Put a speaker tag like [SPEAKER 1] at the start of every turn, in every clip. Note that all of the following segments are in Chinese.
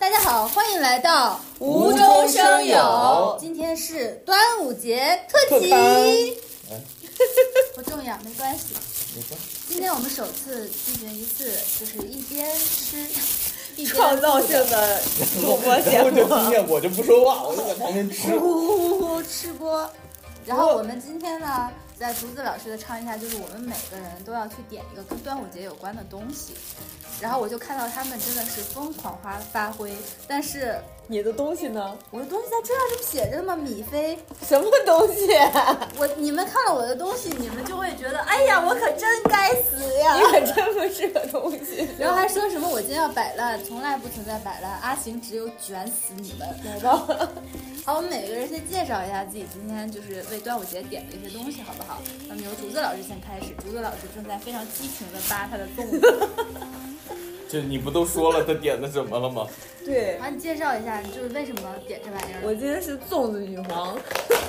[SPEAKER 1] 大家好，欢迎来到
[SPEAKER 2] 无中生有
[SPEAKER 1] 今天是端午节特辑
[SPEAKER 2] 特刊，
[SPEAKER 1] 不重要，没关系。
[SPEAKER 2] 没错，
[SPEAKER 1] 今天我们首次进行一次，就是一边吃 一边
[SPEAKER 3] 创造性的主播节
[SPEAKER 2] 然后 就听
[SPEAKER 3] 目。
[SPEAKER 2] 见我就不说话，我就在旁边吃
[SPEAKER 1] 呼。呼呼呼呼吃播。然后我们今天呢，在竹子老师的倡议下，就是我们每个人都要去点一个跟端午节有关的东西。然后我就看到他们真的是疯狂发发挥，但是
[SPEAKER 3] 你的东西呢？
[SPEAKER 1] 我的东西在这儿这不写着吗？米菲，
[SPEAKER 3] 什么东西？啊 你
[SPEAKER 1] 我你们看了我的东西，你们就会觉得，哎呀，我可真该死呀！
[SPEAKER 3] 可真不是个东西。
[SPEAKER 1] 然后还说什么我今天要摆烂，从来不存在摆烂，阿行只有卷死你们。
[SPEAKER 3] 来吧，
[SPEAKER 1] 好，我们每个人先介绍一下自己今天就是为端午节点的一些东西，好不好？那么由竹子老师先开始，竹子老师正在非常激情的扒他的粽 子，
[SPEAKER 2] 这你不都说了他点的什么了吗？
[SPEAKER 3] 对
[SPEAKER 1] 然后你介绍一下，你就是为什么点这玩意儿？
[SPEAKER 3] 我今天是粽子女皇，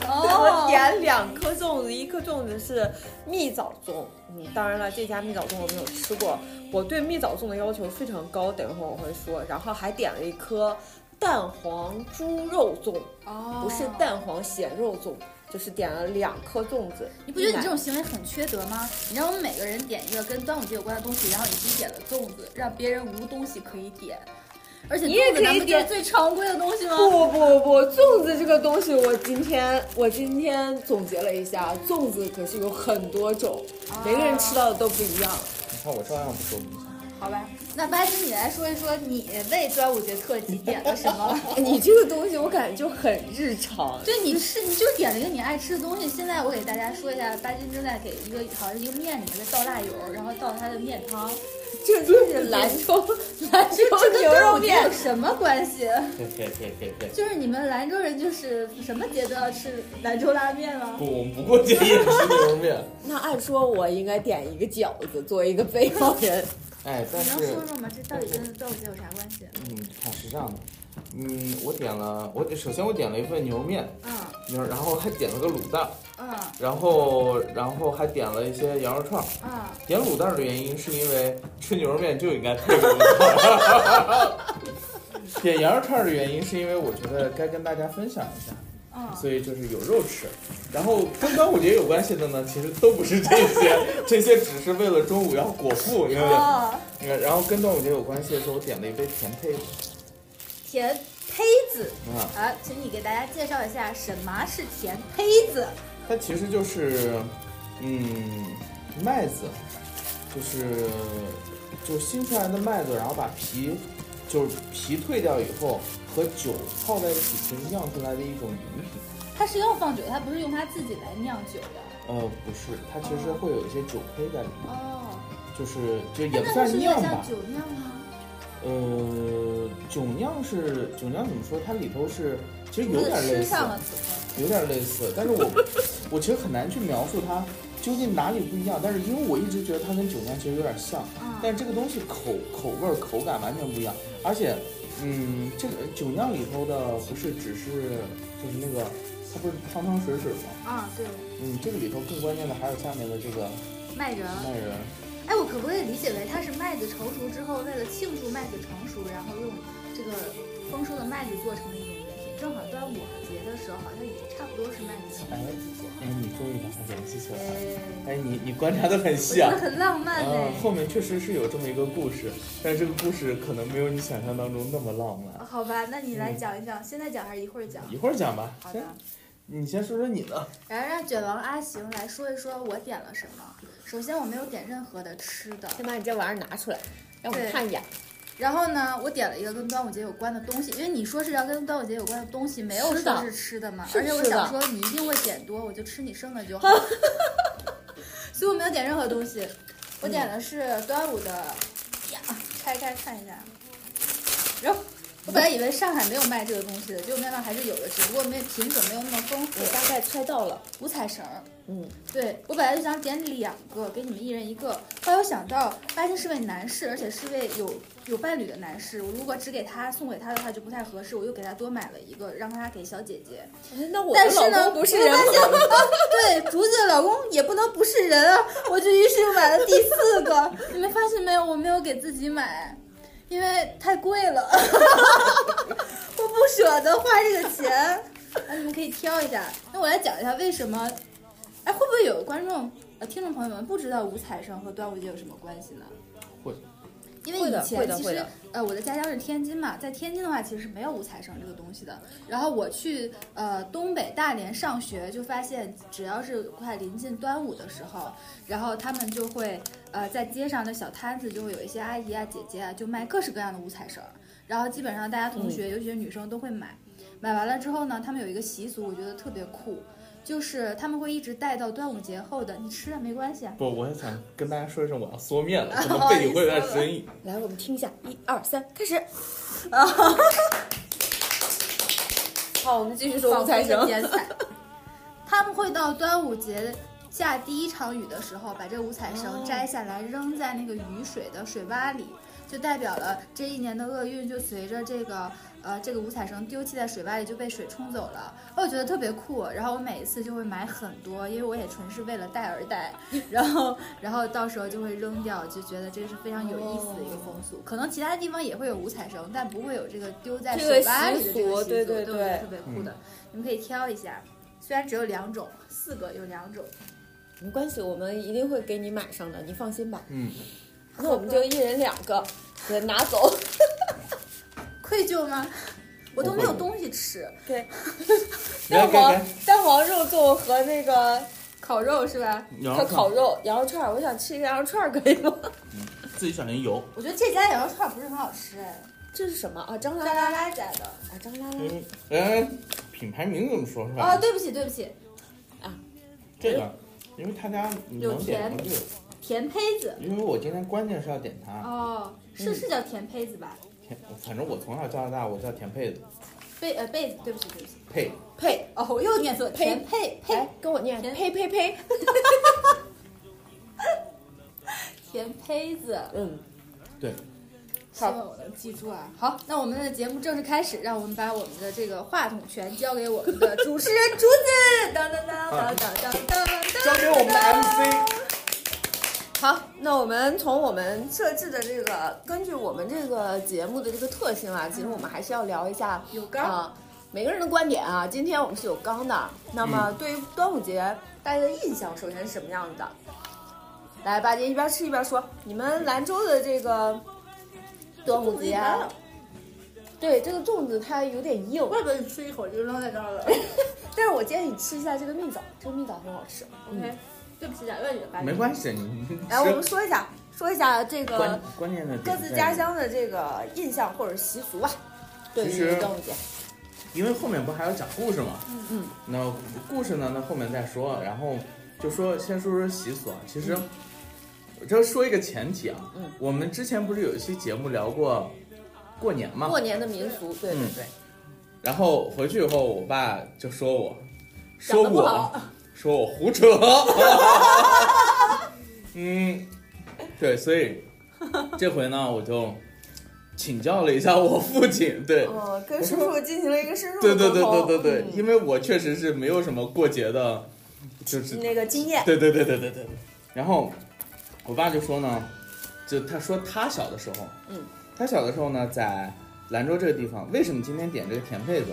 [SPEAKER 1] 哦
[SPEAKER 3] 我，点两颗粽子，一颗粽子是蜜枣粽。嗯，当然了，这家蜜枣粽我没有吃过，我对蜜枣粽的要求非常高，等一会儿我会说。然后还点了一颗蛋黄猪肉粽，
[SPEAKER 1] 哦，
[SPEAKER 3] 不是，蛋黄咸肉粽，就是点了两颗粽子。
[SPEAKER 1] 你不觉得你这种行为很缺德吗？你让我们每个人点一个跟端午节有关的东西，然后你只点了粽子，让别人无东西可以点，而且
[SPEAKER 3] 你也
[SPEAKER 1] 粽子难
[SPEAKER 3] 可以
[SPEAKER 1] 不就是
[SPEAKER 3] 点
[SPEAKER 1] 最常规的东西吗？
[SPEAKER 3] 不不不，粽子这个东西，我今天我今天总结了一下，粽子可是有很多种，每个人吃到的都不一样。啊
[SPEAKER 2] 你看我照样不说不行。
[SPEAKER 1] 好吧，那巴金，你来说一说你为端午节特辑点了什么？
[SPEAKER 3] 你这个东西，我感觉就很日常。
[SPEAKER 1] 对，你是你就点了一个你爱吃的东西。现在我给大家说一下，巴金正在给一个好像是一个面里面在倒辣油，然后倒他的面汤。
[SPEAKER 3] 这就是兰州兰州
[SPEAKER 1] 这这跟
[SPEAKER 3] 牛
[SPEAKER 1] 端午
[SPEAKER 3] 肉
[SPEAKER 1] 节有
[SPEAKER 3] 面，
[SPEAKER 1] 什么关系？
[SPEAKER 2] 对对对对对。
[SPEAKER 1] 就是你们兰州人就是什么节都要吃兰州拉面吗？
[SPEAKER 2] 不，我们不过节也吃牛肉面。
[SPEAKER 3] 那按说我应该点一个饺子，作为一个北方人，
[SPEAKER 2] 哎，但
[SPEAKER 1] 你能
[SPEAKER 2] 是
[SPEAKER 1] 说说吗？这到底跟端午节有啥关系？
[SPEAKER 2] 嗯，看是这样的，嗯，我点了，我首先我点了一份牛肉面，
[SPEAKER 1] 嗯
[SPEAKER 2] 牛，然后还点了个卤蛋，
[SPEAKER 1] 嗯
[SPEAKER 2] 然后然后还点了一些羊肉串。
[SPEAKER 1] 嗯，
[SPEAKER 2] 点卤蛋的原因是因为吃牛肉面就应该配个卤蛋。 点羊肉串的原因是因为我觉得该跟大家分享一下，
[SPEAKER 1] 嗯
[SPEAKER 2] 所以就是有肉吃。然后跟端午节有关系的呢，其实都不是这些，这些只是为了中午要果腹，因为
[SPEAKER 1] 哦，
[SPEAKER 2] 然后跟端午节有关系的时候，我点了一杯甜胚子
[SPEAKER 1] 甜胚子。
[SPEAKER 2] 啊，
[SPEAKER 1] 好，请你给大家介绍一下什么是甜胚子。
[SPEAKER 2] 它其实就是，嗯，麦子，就是就新出来的麦子，然后把皮就是皮退掉以后和酒泡在一起去酿出来的一种饮品。
[SPEAKER 1] 它是用放酒，它不是用它自己来酿酒的。
[SPEAKER 2] 呃，不是，它其实会有一些酒胚在里面，
[SPEAKER 1] 哦，
[SPEAKER 2] 就是就
[SPEAKER 1] 那
[SPEAKER 2] 也
[SPEAKER 1] 那
[SPEAKER 2] 不
[SPEAKER 1] 个
[SPEAKER 2] 算
[SPEAKER 1] 是有
[SPEAKER 2] 酿
[SPEAKER 1] 点像
[SPEAKER 2] 吧。
[SPEAKER 1] 酒酿吗？
[SPEAKER 2] 呃，酒酿是酒酿怎么说？它里头是其实有点类
[SPEAKER 1] 吃
[SPEAKER 2] 似，
[SPEAKER 1] 上了此刻。
[SPEAKER 2] 有点类似，但是我我其实很难去描述它究竟哪里不一样。但是因为我一直觉得它跟酒酿其实有点像，但
[SPEAKER 1] 嗯
[SPEAKER 2] 是这个东西口口味儿口感完全不一样，而且，嗯，这个酒酿里头的不是只是就是那个，它不是汤汤水水吗？
[SPEAKER 1] 啊，对，
[SPEAKER 2] 嗯，这个里头更关键的还有下面的这个
[SPEAKER 1] 麦仁。
[SPEAKER 2] 麦仁，
[SPEAKER 1] 哎，我可不可以理解为它是麦子成熟之后，为了庆祝麦子成熟，然后用这个丰收的麦子做成的一种饮品？正好端午节的时候，好像也差不多是麦子成熟的季节。
[SPEAKER 2] 哎，你终于把它联系起来了，
[SPEAKER 1] 哎，
[SPEAKER 2] 哎，你你观察的很
[SPEAKER 1] 我
[SPEAKER 2] 细
[SPEAKER 1] 觉
[SPEAKER 2] 啊
[SPEAKER 1] 得。很浪漫哎。
[SPEAKER 2] 嗯，后面确实是有这么一个故事，但是这个故事可能没有你想象当中那么浪漫。
[SPEAKER 1] 好吧，那你来讲一讲，现在讲还是一会儿讲？
[SPEAKER 2] 一会儿讲吧，
[SPEAKER 1] 好
[SPEAKER 2] 先
[SPEAKER 1] 的。
[SPEAKER 2] 你先说说你的。
[SPEAKER 1] 然后让卷王阿行来说一说我点了什么。首先我没有点任何的吃的，
[SPEAKER 3] 先把你这玩意儿拿出来，让我
[SPEAKER 1] 对
[SPEAKER 3] 看一眼。
[SPEAKER 1] 然后呢，我点了一个跟端午节有关的东西，因为你说是要跟端午节有关的东西，没有
[SPEAKER 3] 吃的
[SPEAKER 1] 说是吃的嘛。
[SPEAKER 3] 是
[SPEAKER 1] 而且我
[SPEAKER 3] 吃的
[SPEAKER 1] 想说你一定会点多，我就吃你剩的 就好。 所以我没有点任何东西，我点的是端午的呀，拆开看一下。然后我本来以为上海没有卖这个东西的，结果没想到还是有的，只不过没品种没有那么丰富
[SPEAKER 3] 我。大概猜到了，
[SPEAKER 1] 五彩绳儿。
[SPEAKER 3] 嗯，
[SPEAKER 1] 对我本来就想点两个，给你们一人一个，后来我想到巴金是位男士，而且是位有有伴侣的男士，我如果只给他送给他的话就不太合适，我又给他多买了一个，让他给小姐姐。
[SPEAKER 3] 哎那我
[SPEAKER 1] 但
[SPEAKER 3] 的
[SPEAKER 1] 是
[SPEAKER 3] 老
[SPEAKER 1] 呢，
[SPEAKER 3] 公不是
[SPEAKER 1] 我
[SPEAKER 3] 人
[SPEAKER 1] 发
[SPEAKER 3] 吗？
[SPEAKER 1] 现啊对竹子的老公也不能不是人啊，我就于是买了第四 个。你们发现没有？我没有给自己买，因为太贵了。舍得花这个钱。那你们可以挑一下。那我来讲一下为什么，哎，会不会有观众呃听众朋友们不知道五彩生和端午节有什么关系呢？
[SPEAKER 2] 会，
[SPEAKER 1] 因为
[SPEAKER 3] 会的
[SPEAKER 1] 以
[SPEAKER 3] 会
[SPEAKER 1] 前
[SPEAKER 3] 的
[SPEAKER 1] 其
[SPEAKER 3] 会
[SPEAKER 1] 实
[SPEAKER 3] 的
[SPEAKER 1] 呃我的家乡是天津嘛，在天津的话其实是没有五彩生这个东西的。然后我去呃东北大连上学，就发现只要是快临近端午的时候，然后他们就会呃在街上的小摊子就会有一些阿姨啊姐姐啊就卖各式各样的五彩绳儿，然后基本上大家同学、尤其是女生都会买。买完了之后呢，他们有一个习俗，我觉得特别酷，就是他们会一直带到端午节后的，你吃啊没关系啊。
[SPEAKER 2] 不，我也想跟大家说一声，我要缩面 了，可
[SPEAKER 1] 哦
[SPEAKER 2] 能背景会有点
[SPEAKER 1] 你缩了
[SPEAKER 2] 生硬。
[SPEAKER 3] 来，我们听一下，一二三，开始。
[SPEAKER 1] 哦
[SPEAKER 3] 好，我们继续说
[SPEAKER 1] 仿
[SPEAKER 3] 五
[SPEAKER 1] 佛
[SPEAKER 3] 彩
[SPEAKER 1] 一个
[SPEAKER 3] 绳。
[SPEAKER 1] 剪彩。 他们会到端午节下第一场雨的时候，把这五彩
[SPEAKER 3] 哦
[SPEAKER 1] 绳摘下来扔在那个雨水的水洼里，就代表了这一年的厄运就随着这个呃这个五彩绳丢弃在水洼里就被水冲走了。我觉得特别酷，然后我每一次就会买很多，因为我也纯是为了戴而 戴，然后然后到时候就会扔掉，就觉得这是非常有意思的一个
[SPEAKER 3] 哦
[SPEAKER 1] 风俗。可能其他地方也会有五彩绳，但不会有这个丢在
[SPEAKER 3] 这个
[SPEAKER 1] 水洼里的这
[SPEAKER 3] 习
[SPEAKER 1] 个习
[SPEAKER 3] 俗
[SPEAKER 1] 俗，
[SPEAKER 3] 对对
[SPEAKER 1] 我觉得
[SPEAKER 3] 对
[SPEAKER 1] 特别酷的。你们可以挑一下，虽然只有两种，四个有两种，
[SPEAKER 3] 没关系，我们一定会给你买上的，你放心吧。
[SPEAKER 2] 嗯，
[SPEAKER 3] 那我们就一人两个，对，拿走。
[SPEAKER 1] 愧疚吗？我都
[SPEAKER 2] 不
[SPEAKER 1] 没
[SPEAKER 2] 会
[SPEAKER 1] 有东西吃，
[SPEAKER 3] 对，
[SPEAKER 2] 来
[SPEAKER 3] 蛋
[SPEAKER 2] 给
[SPEAKER 3] 黄
[SPEAKER 2] 给，
[SPEAKER 3] 蛋黄肉粽和那个
[SPEAKER 1] 烤肉是吧？
[SPEAKER 2] 羊
[SPEAKER 3] 和
[SPEAKER 2] 肉
[SPEAKER 3] 烤
[SPEAKER 2] 串，
[SPEAKER 3] 肉、羊肉串儿，我想吃一个羊肉串儿，可以吗？
[SPEAKER 2] 自己小心油，
[SPEAKER 1] 我觉得这家羊肉串不是很好吃哎，
[SPEAKER 3] 这是什么啊？张拉
[SPEAKER 1] 张
[SPEAKER 3] 拉
[SPEAKER 1] 拉
[SPEAKER 3] 啊，
[SPEAKER 1] 拉家的。
[SPEAKER 3] 张拉拉
[SPEAKER 2] 嗯，哎，品牌名怎么说是
[SPEAKER 1] 哦，
[SPEAKER 2] 吧？
[SPEAKER 1] 对不起对不起，
[SPEAKER 2] 这个，因为他家你
[SPEAKER 1] 有
[SPEAKER 2] 能点
[SPEAKER 1] 甜
[SPEAKER 2] 成这个，
[SPEAKER 1] 甜胚子。
[SPEAKER 2] 因为我今天关键是要点它，
[SPEAKER 1] 哦，是是叫甜胚子吧？
[SPEAKER 2] 甜，反正我从小叫到大，我叫甜配子，
[SPEAKER 1] 被呃被子，对不起对不起。
[SPEAKER 2] 配，
[SPEAKER 3] 配，哎
[SPEAKER 1] 哦，我又念错，
[SPEAKER 3] 胚
[SPEAKER 1] 甜配
[SPEAKER 3] 来
[SPEAKER 1] 配
[SPEAKER 3] 跟我念，
[SPEAKER 1] 甜
[SPEAKER 3] 呸呸呸。
[SPEAKER 1] 甜胚子，
[SPEAKER 3] 嗯，
[SPEAKER 2] 对，
[SPEAKER 1] 希望我能记住啊。好，那我们的节目正式开始，让我们把我们的这个话筒权交给我们的 主持人竹子。当当当当当当当当，
[SPEAKER 2] 交给我们的 MC。
[SPEAKER 3] 好，那我们从我们设置的这个，根据我们这个节目的这个特性啊，其实我们还是要聊一下
[SPEAKER 1] 有
[SPEAKER 3] 啊、
[SPEAKER 1] 刚。
[SPEAKER 3] 每个人的观点啊。今天我们是有纲的，那么对于端午节大家的印象，首先是什么样的？来，八戒一边吃一边说，你们兰州的这个端午节啊，对这个粽子它有点硬，
[SPEAKER 1] 怪不得你吃一口就扔在这儿了。
[SPEAKER 3] 但是我建议你吃一下这个蜜枣，这个蜜枣很好吃。嗯
[SPEAKER 1] OK，对不起，打断你的发言。
[SPEAKER 2] 没关系，你
[SPEAKER 3] 来，我们说一下，说一下这
[SPEAKER 2] 吃
[SPEAKER 3] 个
[SPEAKER 2] 关关键的
[SPEAKER 3] 呃各
[SPEAKER 2] 点
[SPEAKER 3] 自
[SPEAKER 2] 在
[SPEAKER 3] 家
[SPEAKER 2] 于，
[SPEAKER 3] 乡的这个印象或者习俗吧。对
[SPEAKER 2] 其
[SPEAKER 3] 于
[SPEAKER 2] 实
[SPEAKER 3] 端午节，
[SPEAKER 2] 因为后面不还要讲故事吗？嗯
[SPEAKER 3] 嗯。
[SPEAKER 2] 那故事呢？那后面再说。然后就说先说说习俗啊。其实，我这说一个前提啊。
[SPEAKER 3] 嗯。
[SPEAKER 2] 我们之前不是有一期节目聊过过年嘛？
[SPEAKER 3] 过年的民俗，对对
[SPEAKER 2] 嗯
[SPEAKER 3] 对，
[SPEAKER 2] 然后回去以后，我爸就说我，
[SPEAKER 3] 讲
[SPEAKER 2] 说
[SPEAKER 3] 得不
[SPEAKER 2] 我
[SPEAKER 3] 好，
[SPEAKER 2] 说我胡扯。 嗯，对，所以这回呢，我就请教了一下我父亲，对。
[SPEAKER 3] 哦，跟叔叔进行了一个深入
[SPEAKER 2] 对
[SPEAKER 3] 的
[SPEAKER 2] 对对对
[SPEAKER 3] 沟通，
[SPEAKER 2] 对对，
[SPEAKER 3] 嗯
[SPEAKER 2] 因为我确实是没有什么过节的，就是
[SPEAKER 3] 那个经验，
[SPEAKER 2] 对对对对对对。然后我爸就说呢，就他说他小的时候，
[SPEAKER 3] 嗯，
[SPEAKER 2] 他小的时候呢，在兰州这个地方，为什么今天点这个甜被子？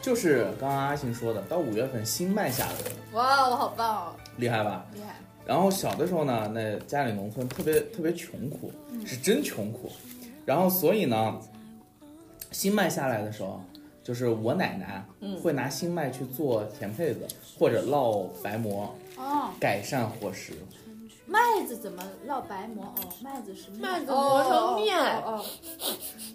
[SPEAKER 2] 就是刚刚阿信说的，到五月份新麦下的，
[SPEAKER 1] 哇，我好棒哦，
[SPEAKER 2] 厉害吧？
[SPEAKER 1] 厉害！
[SPEAKER 2] 然后小的时候呢，那家里农村特别特别穷苦，是真穷苦。然后所以呢，新麦下来的时候，就是我奶奶会拿新麦去做甜胚子或者烙白馍，
[SPEAKER 1] 哦，
[SPEAKER 2] 改善伙食。
[SPEAKER 1] 麦子怎么烙白馍？哦，麦子是
[SPEAKER 3] 麦子磨成面
[SPEAKER 1] 哦，哦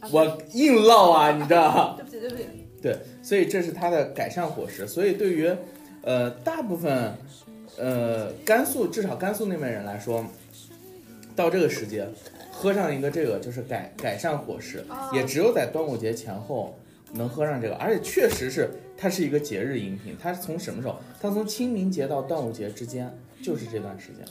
[SPEAKER 1] 哦
[SPEAKER 2] 我硬烙啊，你知
[SPEAKER 1] 哦
[SPEAKER 2] 道？
[SPEAKER 1] 对不起，对不起，
[SPEAKER 2] 对，所以这是它的改善伙食。所以对于呃大部分呃甘肃至少甘肃那边人来说，到这个时节喝上一个这个就是改改善伙食，
[SPEAKER 1] 哦
[SPEAKER 2] 也只有在端午节前后能喝上这个，而且确实是它是一个节日饮品。它是从什么时候？它从清明节到端午节之间就是这段时间。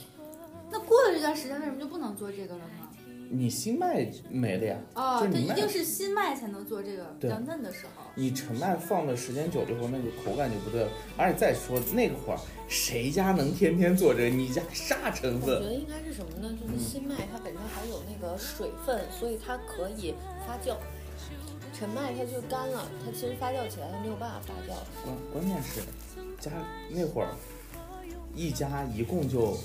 [SPEAKER 1] 那过了这段时间，为什么就不能做这个了呢？
[SPEAKER 2] 你新麦没了呀，就
[SPEAKER 1] 哦，
[SPEAKER 2] 是
[SPEAKER 1] 这
[SPEAKER 2] 你
[SPEAKER 1] 一
[SPEAKER 2] 麦
[SPEAKER 1] 定是新麦才能做这个比
[SPEAKER 2] 对
[SPEAKER 1] 较嫩的时候。
[SPEAKER 2] 你陈麦放的时间久了以后，那个口感就不对了。而且再说那会儿，谁家能天天做这？你家啥成
[SPEAKER 3] 我觉
[SPEAKER 2] 分？
[SPEAKER 3] 得应该是什么呢？就是新麦它本身还有那个水分，所以它可以发酵。全麦它就干了，它其实发酵起来它没有办法发酵。
[SPEAKER 2] 关关键是家那会儿一家一共就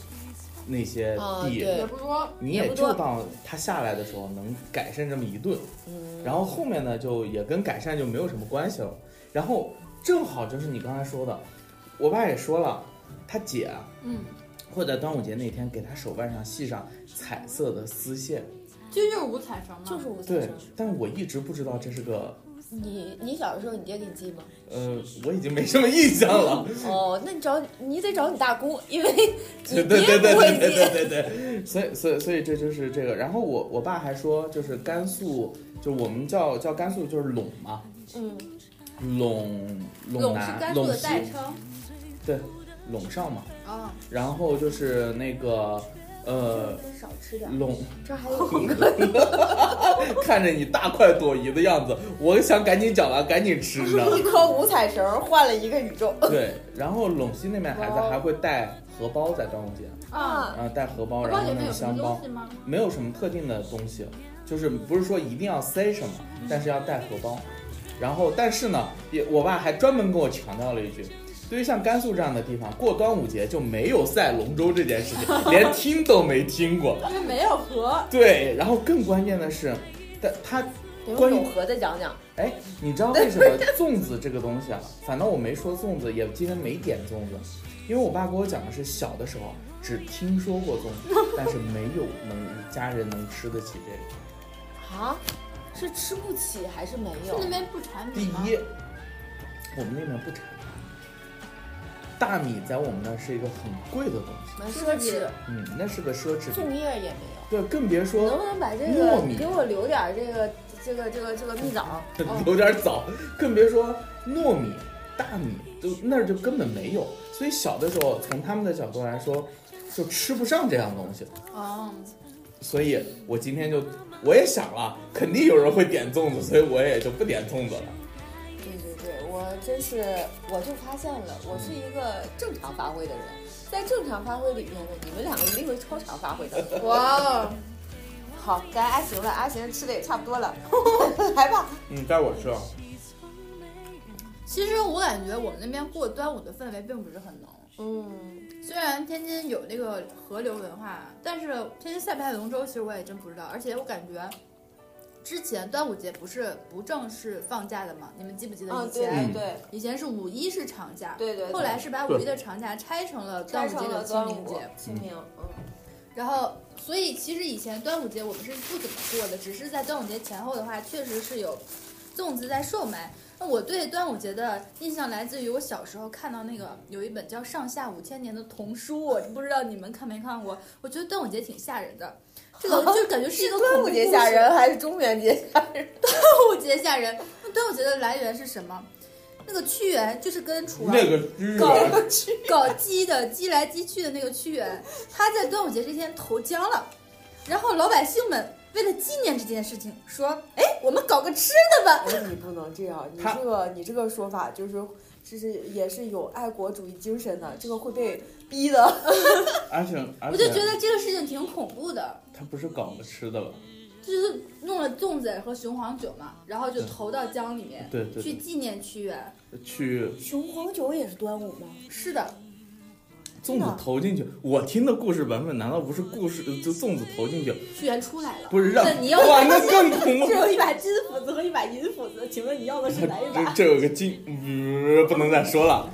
[SPEAKER 2] 那些
[SPEAKER 3] 啊
[SPEAKER 2] 地，
[SPEAKER 3] 对
[SPEAKER 4] 也不多，
[SPEAKER 2] 你
[SPEAKER 3] 也
[SPEAKER 2] 也
[SPEAKER 3] 不
[SPEAKER 2] 就
[SPEAKER 3] 多
[SPEAKER 2] 当它下来的时候能改善这么一顿，
[SPEAKER 3] 嗯
[SPEAKER 2] 然后后面呢就也跟改善就没有什么关系了。然后正好就是你刚才说的，我爸也说了，他姐啊
[SPEAKER 4] 嗯，
[SPEAKER 2] 会在端午节那天给他手腕上系上彩色的丝线。
[SPEAKER 4] 其实就是五彩绳嘛，
[SPEAKER 3] 就是我小
[SPEAKER 2] 对
[SPEAKER 3] 时候，，
[SPEAKER 2] 但我一直不知道这是个，
[SPEAKER 3] 你你小时候你爹给你寄吗？
[SPEAKER 2] 呃，我已经没什么印象了。
[SPEAKER 3] 哦，那你找你得找你大姑，因为你
[SPEAKER 2] 对
[SPEAKER 3] 爹
[SPEAKER 2] 对对对
[SPEAKER 3] 不会
[SPEAKER 2] 对对
[SPEAKER 3] 寄。
[SPEAKER 2] 对对对，所以所以所以这就是这个。然后我我爸还说，就是甘肃，就我们叫叫甘肃就是陇嘛，
[SPEAKER 3] 嗯，
[SPEAKER 2] 陇
[SPEAKER 4] 陇是甘
[SPEAKER 2] 南
[SPEAKER 4] 肃
[SPEAKER 2] 陇
[SPEAKER 4] 的
[SPEAKER 2] 西
[SPEAKER 4] 代称
[SPEAKER 2] 对陇上嘛。
[SPEAKER 4] 啊。
[SPEAKER 2] 然后就是那个呃
[SPEAKER 3] 少吃点，
[SPEAKER 2] 陇，
[SPEAKER 3] 这还有
[SPEAKER 2] 看着你大快朵颐的样子，我想赶紧讲完，赶紧吃，你知道吗
[SPEAKER 3] 一？颗五彩绳换了一个宇宙。
[SPEAKER 2] 对，然后陇西那边孩子还会带荷包在端午节，
[SPEAKER 4] 啊，
[SPEAKER 2] 啊，带荷包，
[SPEAKER 4] 我
[SPEAKER 2] 然
[SPEAKER 4] 包
[SPEAKER 2] 后
[SPEAKER 4] 里面
[SPEAKER 2] 弄
[SPEAKER 4] 有什
[SPEAKER 2] 香
[SPEAKER 4] 么
[SPEAKER 2] 包
[SPEAKER 4] 东，西吗？
[SPEAKER 2] 没有什么特定的东西，就是不是说一定要塞什么，但是要带荷包。然后，但是呢，也我爸还专门跟我强调了一句，对于像甘肃这样的地方，过端午节就没有赛龙舟这件事情， 连听都没听过。
[SPEAKER 4] 因为没有河，
[SPEAKER 2] 对，然后更关键的是，但他
[SPEAKER 3] 等
[SPEAKER 2] 关于
[SPEAKER 3] 永和再讲讲，
[SPEAKER 2] 哎，你知道为什么粽子这个东西啊？反倒我没说粽子，也今天没点粽子，因为我爸跟我讲的是小的时候只听说过粽子，但是没有能家人能吃得起这个。
[SPEAKER 3] 啊，是吃不起还是没有？
[SPEAKER 4] 那边不产
[SPEAKER 2] 第
[SPEAKER 4] 米吗？
[SPEAKER 2] 一，我们那边不产大米，大米在我们那儿是一个很贵的东西，
[SPEAKER 3] 蛮奢侈，
[SPEAKER 2] 嗯，那是个奢侈品。
[SPEAKER 3] 粽叶也没
[SPEAKER 2] 对，更别
[SPEAKER 3] 有。能
[SPEAKER 2] 说
[SPEAKER 3] 不能把这
[SPEAKER 2] 糯
[SPEAKER 3] 个
[SPEAKER 2] 米
[SPEAKER 3] 给我留点儿这个这个这个这个蜜枣儿？
[SPEAKER 4] 哦
[SPEAKER 2] 有点早，更别说糯米、大米，就那儿就根本没有。所以小的时候，从他们的角度来说，就吃不上这样东西。
[SPEAKER 4] 哦，
[SPEAKER 2] 所以我今天就我也想了，肯定有人会点粽子，所以我也就不点粽子了。
[SPEAKER 3] 对对对，我真是我就发现了，我是一个正常发挥的人，在正常发挥里面呢，你们两个一定会超常发挥的。
[SPEAKER 4] 哇哦，
[SPEAKER 3] 好，该阿行了，阿行吃的也差不多了， 来吧。
[SPEAKER 2] 嗯，该我吃了。
[SPEAKER 4] 其实我感觉我们那边过端午的氛围并不是很浓。
[SPEAKER 3] 嗯，
[SPEAKER 4] 虽然天津有那个河流文化，但是天津赛不赛龙舟，其实我也真不知道。而且我感觉，之前端午节不是不正式放假的吗？你们记不记得
[SPEAKER 3] 啊
[SPEAKER 4] 以
[SPEAKER 3] 对
[SPEAKER 4] 前？
[SPEAKER 2] 嗯
[SPEAKER 3] 对对
[SPEAKER 4] 以前是五一是长假，
[SPEAKER 3] 对对，
[SPEAKER 4] 后来是把
[SPEAKER 2] 对
[SPEAKER 4] 五一的长假拆成了端
[SPEAKER 3] 拆
[SPEAKER 4] 午节
[SPEAKER 3] 成
[SPEAKER 4] 的
[SPEAKER 3] 了
[SPEAKER 4] 清
[SPEAKER 3] 端
[SPEAKER 4] 明
[SPEAKER 3] 午
[SPEAKER 4] 节，、
[SPEAKER 3] 清明，嗯，
[SPEAKER 4] 然后所以其实以前端午节我们是不怎么过的，只是在端午节前后的话，确实是有粽子在售卖。那我对端午节的印象来自于我小时候看到那个有一本叫《上下五千年》的童书，我不知道你们看没看过。我觉得端午节挺吓人的，这 个就感觉是一个
[SPEAKER 3] 端
[SPEAKER 4] 恐
[SPEAKER 3] 午
[SPEAKER 4] 怖
[SPEAKER 3] 节
[SPEAKER 4] 故
[SPEAKER 3] 吓
[SPEAKER 4] 事
[SPEAKER 3] 人还是中元节吓人？
[SPEAKER 4] 端午节吓人。那端午节的来源是什么？那个屈原就是跟楚王
[SPEAKER 2] 那个居
[SPEAKER 4] 搞
[SPEAKER 2] 然
[SPEAKER 4] 搞基的激来激去的那个屈原，他在端午节这天投江了，然后老百姓们为了纪念这件事情，说，哎，我们搞个吃的吧。
[SPEAKER 3] 哎，你不能这样，你
[SPEAKER 2] 他
[SPEAKER 3] 这个你这个说法就是。就是也是有爱国主义精神的，这个会被逼的。
[SPEAKER 2] 而且而且
[SPEAKER 4] 我就觉得这个事情挺恐怖的，
[SPEAKER 2] 他不是搞个吃的了，
[SPEAKER 4] 就是弄了粽子和雄黄酒嘛，然后就投到江里面
[SPEAKER 2] 对对
[SPEAKER 4] 去
[SPEAKER 2] 对，
[SPEAKER 4] 纪念屈原。
[SPEAKER 2] 去
[SPEAKER 3] 雄黄酒也是端午吗？
[SPEAKER 4] 是的，
[SPEAKER 2] 粽子投进去。我听的故事版本难道不是故事就粽子投进去，
[SPEAKER 4] 屈原出来了。
[SPEAKER 2] 不是让
[SPEAKER 4] 那你要
[SPEAKER 2] 哇那更恐怖
[SPEAKER 3] 只。有一把金斧子和一把银斧子，请问你要 的是哪一
[SPEAKER 2] 这
[SPEAKER 3] 把？
[SPEAKER 2] 这有个金，嗯不能再说了。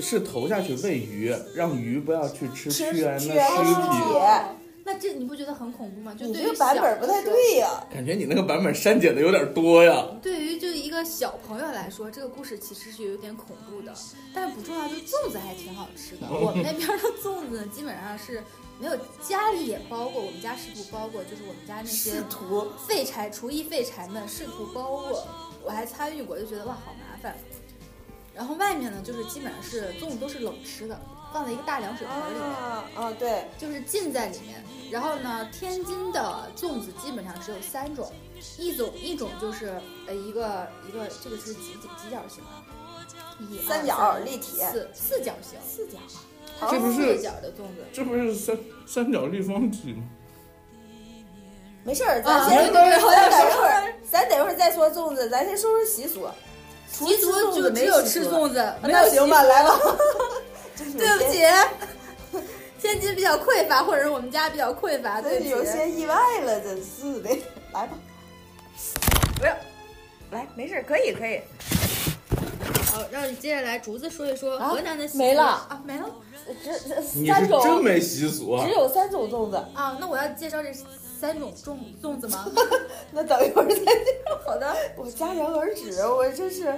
[SPEAKER 2] 是投下去喂鱼，让鱼不要去吃
[SPEAKER 3] 吃
[SPEAKER 2] 屈原的
[SPEAKER 3] 屈
[SPEAKER 2] 尸
[SPEAKER 3] 原的尸
[SPEAKER 2] 体
[SPEAKER 4] 哦
[SPEAKER 3] 体。
[SPEAKER 4] 那这你不觉得很恐怖吗？就
[SPEAKER 3] 你
[SPEAKER 4] 对
[SPEAKER 3] 这
[SPEAKER 4] 于
[SPEAKER 3] 个版本不太对呀、
[SPEAKER 2] 感觉你那个版本删减的有点多呀。
[SPEAKER 4] 对于就一个小朋友来说，这个故事其实是有点恐怖的，但是不重要，就粽子还挺好吃 的。我们那边的粽子呢，基本上是没有，家里也包过，我们家试图包过，就是我们家那些
[SPEAKER 3] 试图
[SPEAKER 4] 废柴、厨艺废柴们试图包过，我还参与过，就觉得哇，好麻烦。然后外面呢，就是基本上是粽子都是冷吃的，放在一个大凉水盆里面。
[SPEAKER 3] 啊啊，对，
[SPEAKER 4] 就是浸在里面。然后呢，天津的粽子基本上只有三种，一种一种就是呃一个一个这个是几几几角形啊？一
[SPEAKER 3] 三角
[SPEAKER 4] 二三
[SPEAKER 3] 立体
[SPEAKER 4] 四四角形，
[SPEAKER 3] 四角，
[SPEAKER 4] 它
[SPEAKER 2] 这不是
[SPEAKER 4] 四角的粽子。
[SPEAKER 2] 这不是三三角立方体吗？
[SPEAKER 3] 没事儿，
[SPEAKER 4] 啊
[SPEAKER 3] 咱先
[SPEAKER 4] 对对对
[SPEAKER 3] 好像等一会儿，
[SPEAKER 4] 咱等一会儿再说粽子，咱先说说习俗。除
[SPEAKER 1] 习
[SPEAKER 4] 吃粽
[SPEAKER 1] 俗
[SPEAKER 4] 子
[SPEAKER 1] 就
[SPEAKER 4] 没
[SPEAKER 1] 只有
[SPEAKER 4] 习
[SPEAKER 1] 吃
[SPEAKER 4] 俗
[SPEAKER 1] 粽子，
[SPEAKER 3] 啊
[SPEAKER 4] 那行吧，来吧。
[SPEAKER 1] 对 不起，天津比较匮乏，或者是我们家比较匮乏，对
[SPEAKER 4] 这
[SPEAKER 1] 不
[SPEAKER 4] 有
[SPEAKER 1] 起。
[SPEAKER 4] 些意外了，真是的。来吧，
[SPEAKER 3] 不要，来，没事，可以可以。
[SPEAKER 1] 好，让你接着来竹子说一说
[SPEAKER 4] 啊
[SPEAKER 1] 河南的习俗
[SPEAKER 4] 没了
[SPEAKER 1] 啊，没了
[SPEAKER 3] 呃
[SPEAKER 4] 这这
[SPEAKER 2] 你是
[SPEAKER 4] 三种，
[SPEAKER 2] 真没习俗啊
[SPEAKER 4] 只！有三种粽子。
[SPEAKER 1] 啊，那我要介绍这三种粽粽子 吗？
[SPEAKER 4] 那等一会儿再，
[SPEAKER 1] 好的，
[SPEAKER 4] 我戛然而止，我真是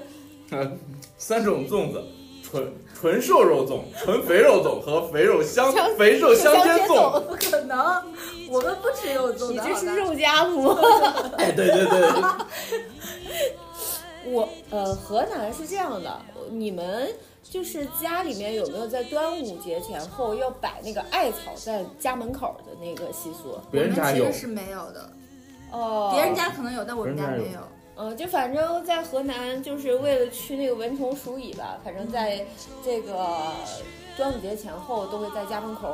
[SPEAKER 2] 呃三种粽子：纯纯瘦肉粽、纯肥肉粽和肥肉香
[SPEAKER 4] 香
[SPEAKER 2] 肥肉香
[SPEAKER 4] 香
[SPEAKER 2] 煎
[SPEAKER 4] 煎
[SPEAKER 2] 粽。
[SPEAKER 1] 不可能，我们呃不吃肉粽的。好吧
[SPEAKER 4] 夹馍。
[SPEAKER 2] 哎，对对对，对
[SPEAKER 4] 我
[SPEAKER 3] 呃，河南是这样的，你们就是家里面有没有在端午节前后要摆那个艾草在家门口的那个习俗？
[SPEAKER 2] 别人家
[SPEAKER 1] 我
[SPEAKER 2] 有
[SPEAKER 1] 们其实是没有的，
[SPEAKER 3] 哦，
[SPEAKER 1] 别人家可能有，但我们
[SPEAKER 2] 别
[SPEAKER 1] 家
[SPEAKER 2] 人家有
[SPEAKER 1] 没有。
[SPEAKER 3] 呃，就反正在河南，就是为了去那个蚊虫鼠蚁吧，反正在这个端午节前后都会在家门口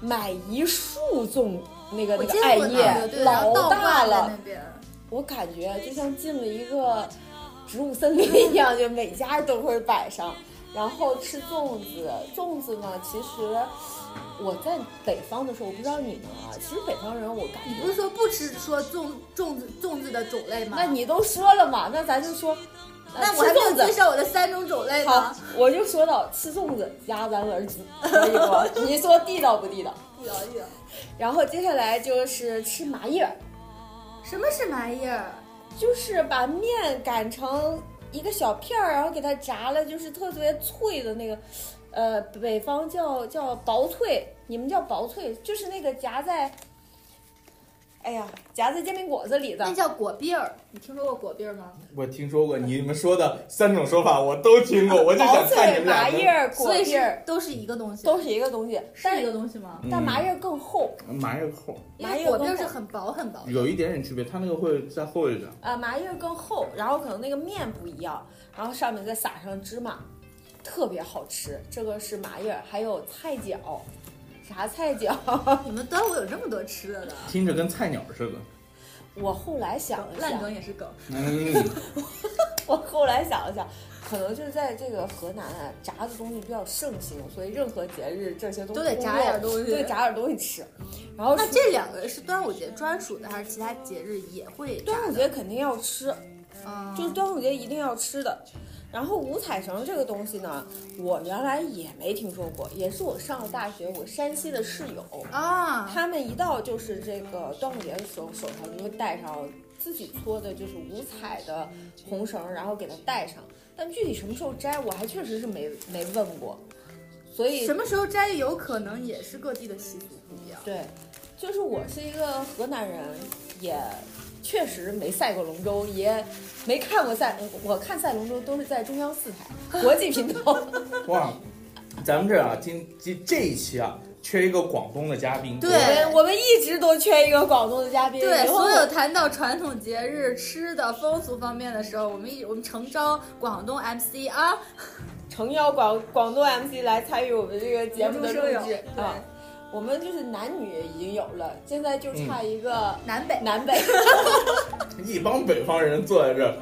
[SPEAKER 3] 买一束粽，那个
[SPEAKER 1] 我
[SPEAKER 3] 那
[SPEAKER 1] 见
[SPEAKER 3] 个艾
[SPEAKER 1] 过那个，
[SPEAKER 3] 叶，
[SPEAKER 1] 对，
[SPEAKER 3] 老
[SPEAKER 1] 倒
[SPEAKER 3] 大
[SPEAKER 1] 挂在
[SPEAKER 3] 了
[SPEAKER 1] 那，边。
[SPEAKER 3] 我感觉就像进了一个植物森林一样，就每家都会摆上。然后吃粽子，粽子呢，其实我在北方的时候，我不知道你们啊，其实北方人我感
[SPEAKER 1] 你
[SPEAKER 3] 觉
[SPEAKER 1] 不是说不吃说粽粽子粽子的种类吗？
[SPEAKER 3] 那你都说了嘛，那咱就说，呃
[SPEAKER 1] 那我
[SPEAKER 3] 吃
[SPEAKER 1] 还没有
[SPEAKER 3] 粽
[SPEAKER 1] 介
[SPEAKER 3] 子。
[SPEAKER 1] 绍我的三种种类
[SPEAKER 3] 好
[SPEAKER 1] 呢。，
[SPEAKER 3] 我就说到吃粽子戛然而止，可以不？你说地道不地道？
[SPEAKER 1] 一摇一摇
[SPEAKER 3] 然后接下来就是吃麻叶儿，
[SPEAKER 1] 什么是麻叶儿？
[SPEAKER 3] 就是把面擀成一个小片儿，然后给它炸了，就是特别脆的那个，呃，北方叫叫薄脆，你们叫薄脆，就是那个夹在，哎呀，夹在煎饼果子里的
[SPEAKER 1] 那。叫果篦儿，你听说过果篦儿吗？
[SPEAKER 2] 我听说过你们说的三种说法，我都听过，我就
[SPEAKER 3] 薄
[SPEAKER 2] 想看
[SPEAKER 3] 脆、
[SPEAKER 2] 你们俩
[SPEAKER 3] 麻叶
[SPEAKER 2] 能。
[SPEAKER 3] 儿、果
[SPEAKER 1] 所以
[SPEAKER 3] 篦儿
[SPEAKER 1] 是都是一个东西，
[SPEAKER 3] 都是一个东西，但
[SPEAKER 1] 是一个东西吗？
[SPEAKER 3] 但麻叶儿更厚。
[SPEAKER 2] 嗯麻叶厚，
[SPEAKER 1] 因
[SPEAKER 3] 麻
[SPEAKER 1] 为
[SPEAKER 3] 叶
[SPEAKER 1] 果
[SPEAKER 3] 更
[SPEAKER 1] 篦儿是
[SPEAKER 3] 厚
[SPEAKER 1] 很薄很薄的。
[SPEAKER 2] 有一点点区别，它那个会再厚一点。
[SPEAKER 3] 呃，麻叶更厚，然后可能那个面不一样，然后上面再撒上芝麻，特别好吃。这个是麻叶，还有菜饺，啥菜饺？
[SPEAKER 1] 你们端午有这么多吃的的？
[SPEAKER 2] 听着跟菜鸟似的。
[SPEAKER 3] 我后来想了
[SPEAKER 1] 烂
[SPEAKER 3] 想，
[SPEAKER 1] 梗也是梗，
[SPEAKER 2] 嗯，
[SPEAKER 3] 我后来想了想，可能就是在这个河南啊，炸的东西比较盛行，所以任何节日这些都
[SPEAKER 1] 都得
[SPEAKER 3] 忽
[SPEAKER 1] 炸
[SPEAKER 3] 略
[SPEAKER 1] 点东西
[SPEAKER 3] 对，炸点东西吃。然后
[SPEAKER 1] 那
[SPEAKER 3] 除
[SPEAKER 1] 这两个是端午节专属的，还是其他节日也会炸
[SPEAKER 3] 端午
[SPEAKER 1] 的？
[SPEAKER 3] 节肯定要吃，
[SPEAKER 1] 啊，
[SPEAKER 3] 就是端午节一定要吃的。然后五彩绳这个东西呢，我原来也没听说过，也是我上了大学，我山西的室友，
[SPEAKER 1] 啊，
[SPEAKER 3] 他们一到就是这个端午节的时候，手上就会带上自己搓的，就是五彩的红绳，然后给它带上。但具体什么时候摘，我还确实是没没问过，所以
[SPEAKER 1] 什么时候摘有可能也是各地的习俗不一样。
[SPEAKER 3] 对，就是我是一个河南人，也确实没赛过龙舟，也没看过赛。我看赛龙舟都是在中央四台国际 频道。
[SPEAKER 2] 哇，咱们这啊，今今这一期啊，缺一个广东的嘉宾。
[SPEAKER 1] 对
[SPEAKER 2] 我
[SPEAKER 3] 对，我们一直都缺一个广东的嘉宾。
[SPEAKER 1] 对，
[SPEAKER 3] 以后
[SPEAKER 1] 所有谈到传统节日、吃的风俗方面的时候，我们一我们诚招广东 MC 啊，
[SPEAKER 3] 诚邀广广东 MC 来参与我们这个节目的录
[SPEAKER 1] 无中生
[SPEAKER 3] 制
[SPEAKER 1] 有对
[SPEAKER 3] 啊。我们就是男女已经有了，现在就差一个
[SPEAKER 1] 南北
[SPEAKER 3] 南北。
[SPEAKER 2] 一帮北方人坐在这儿，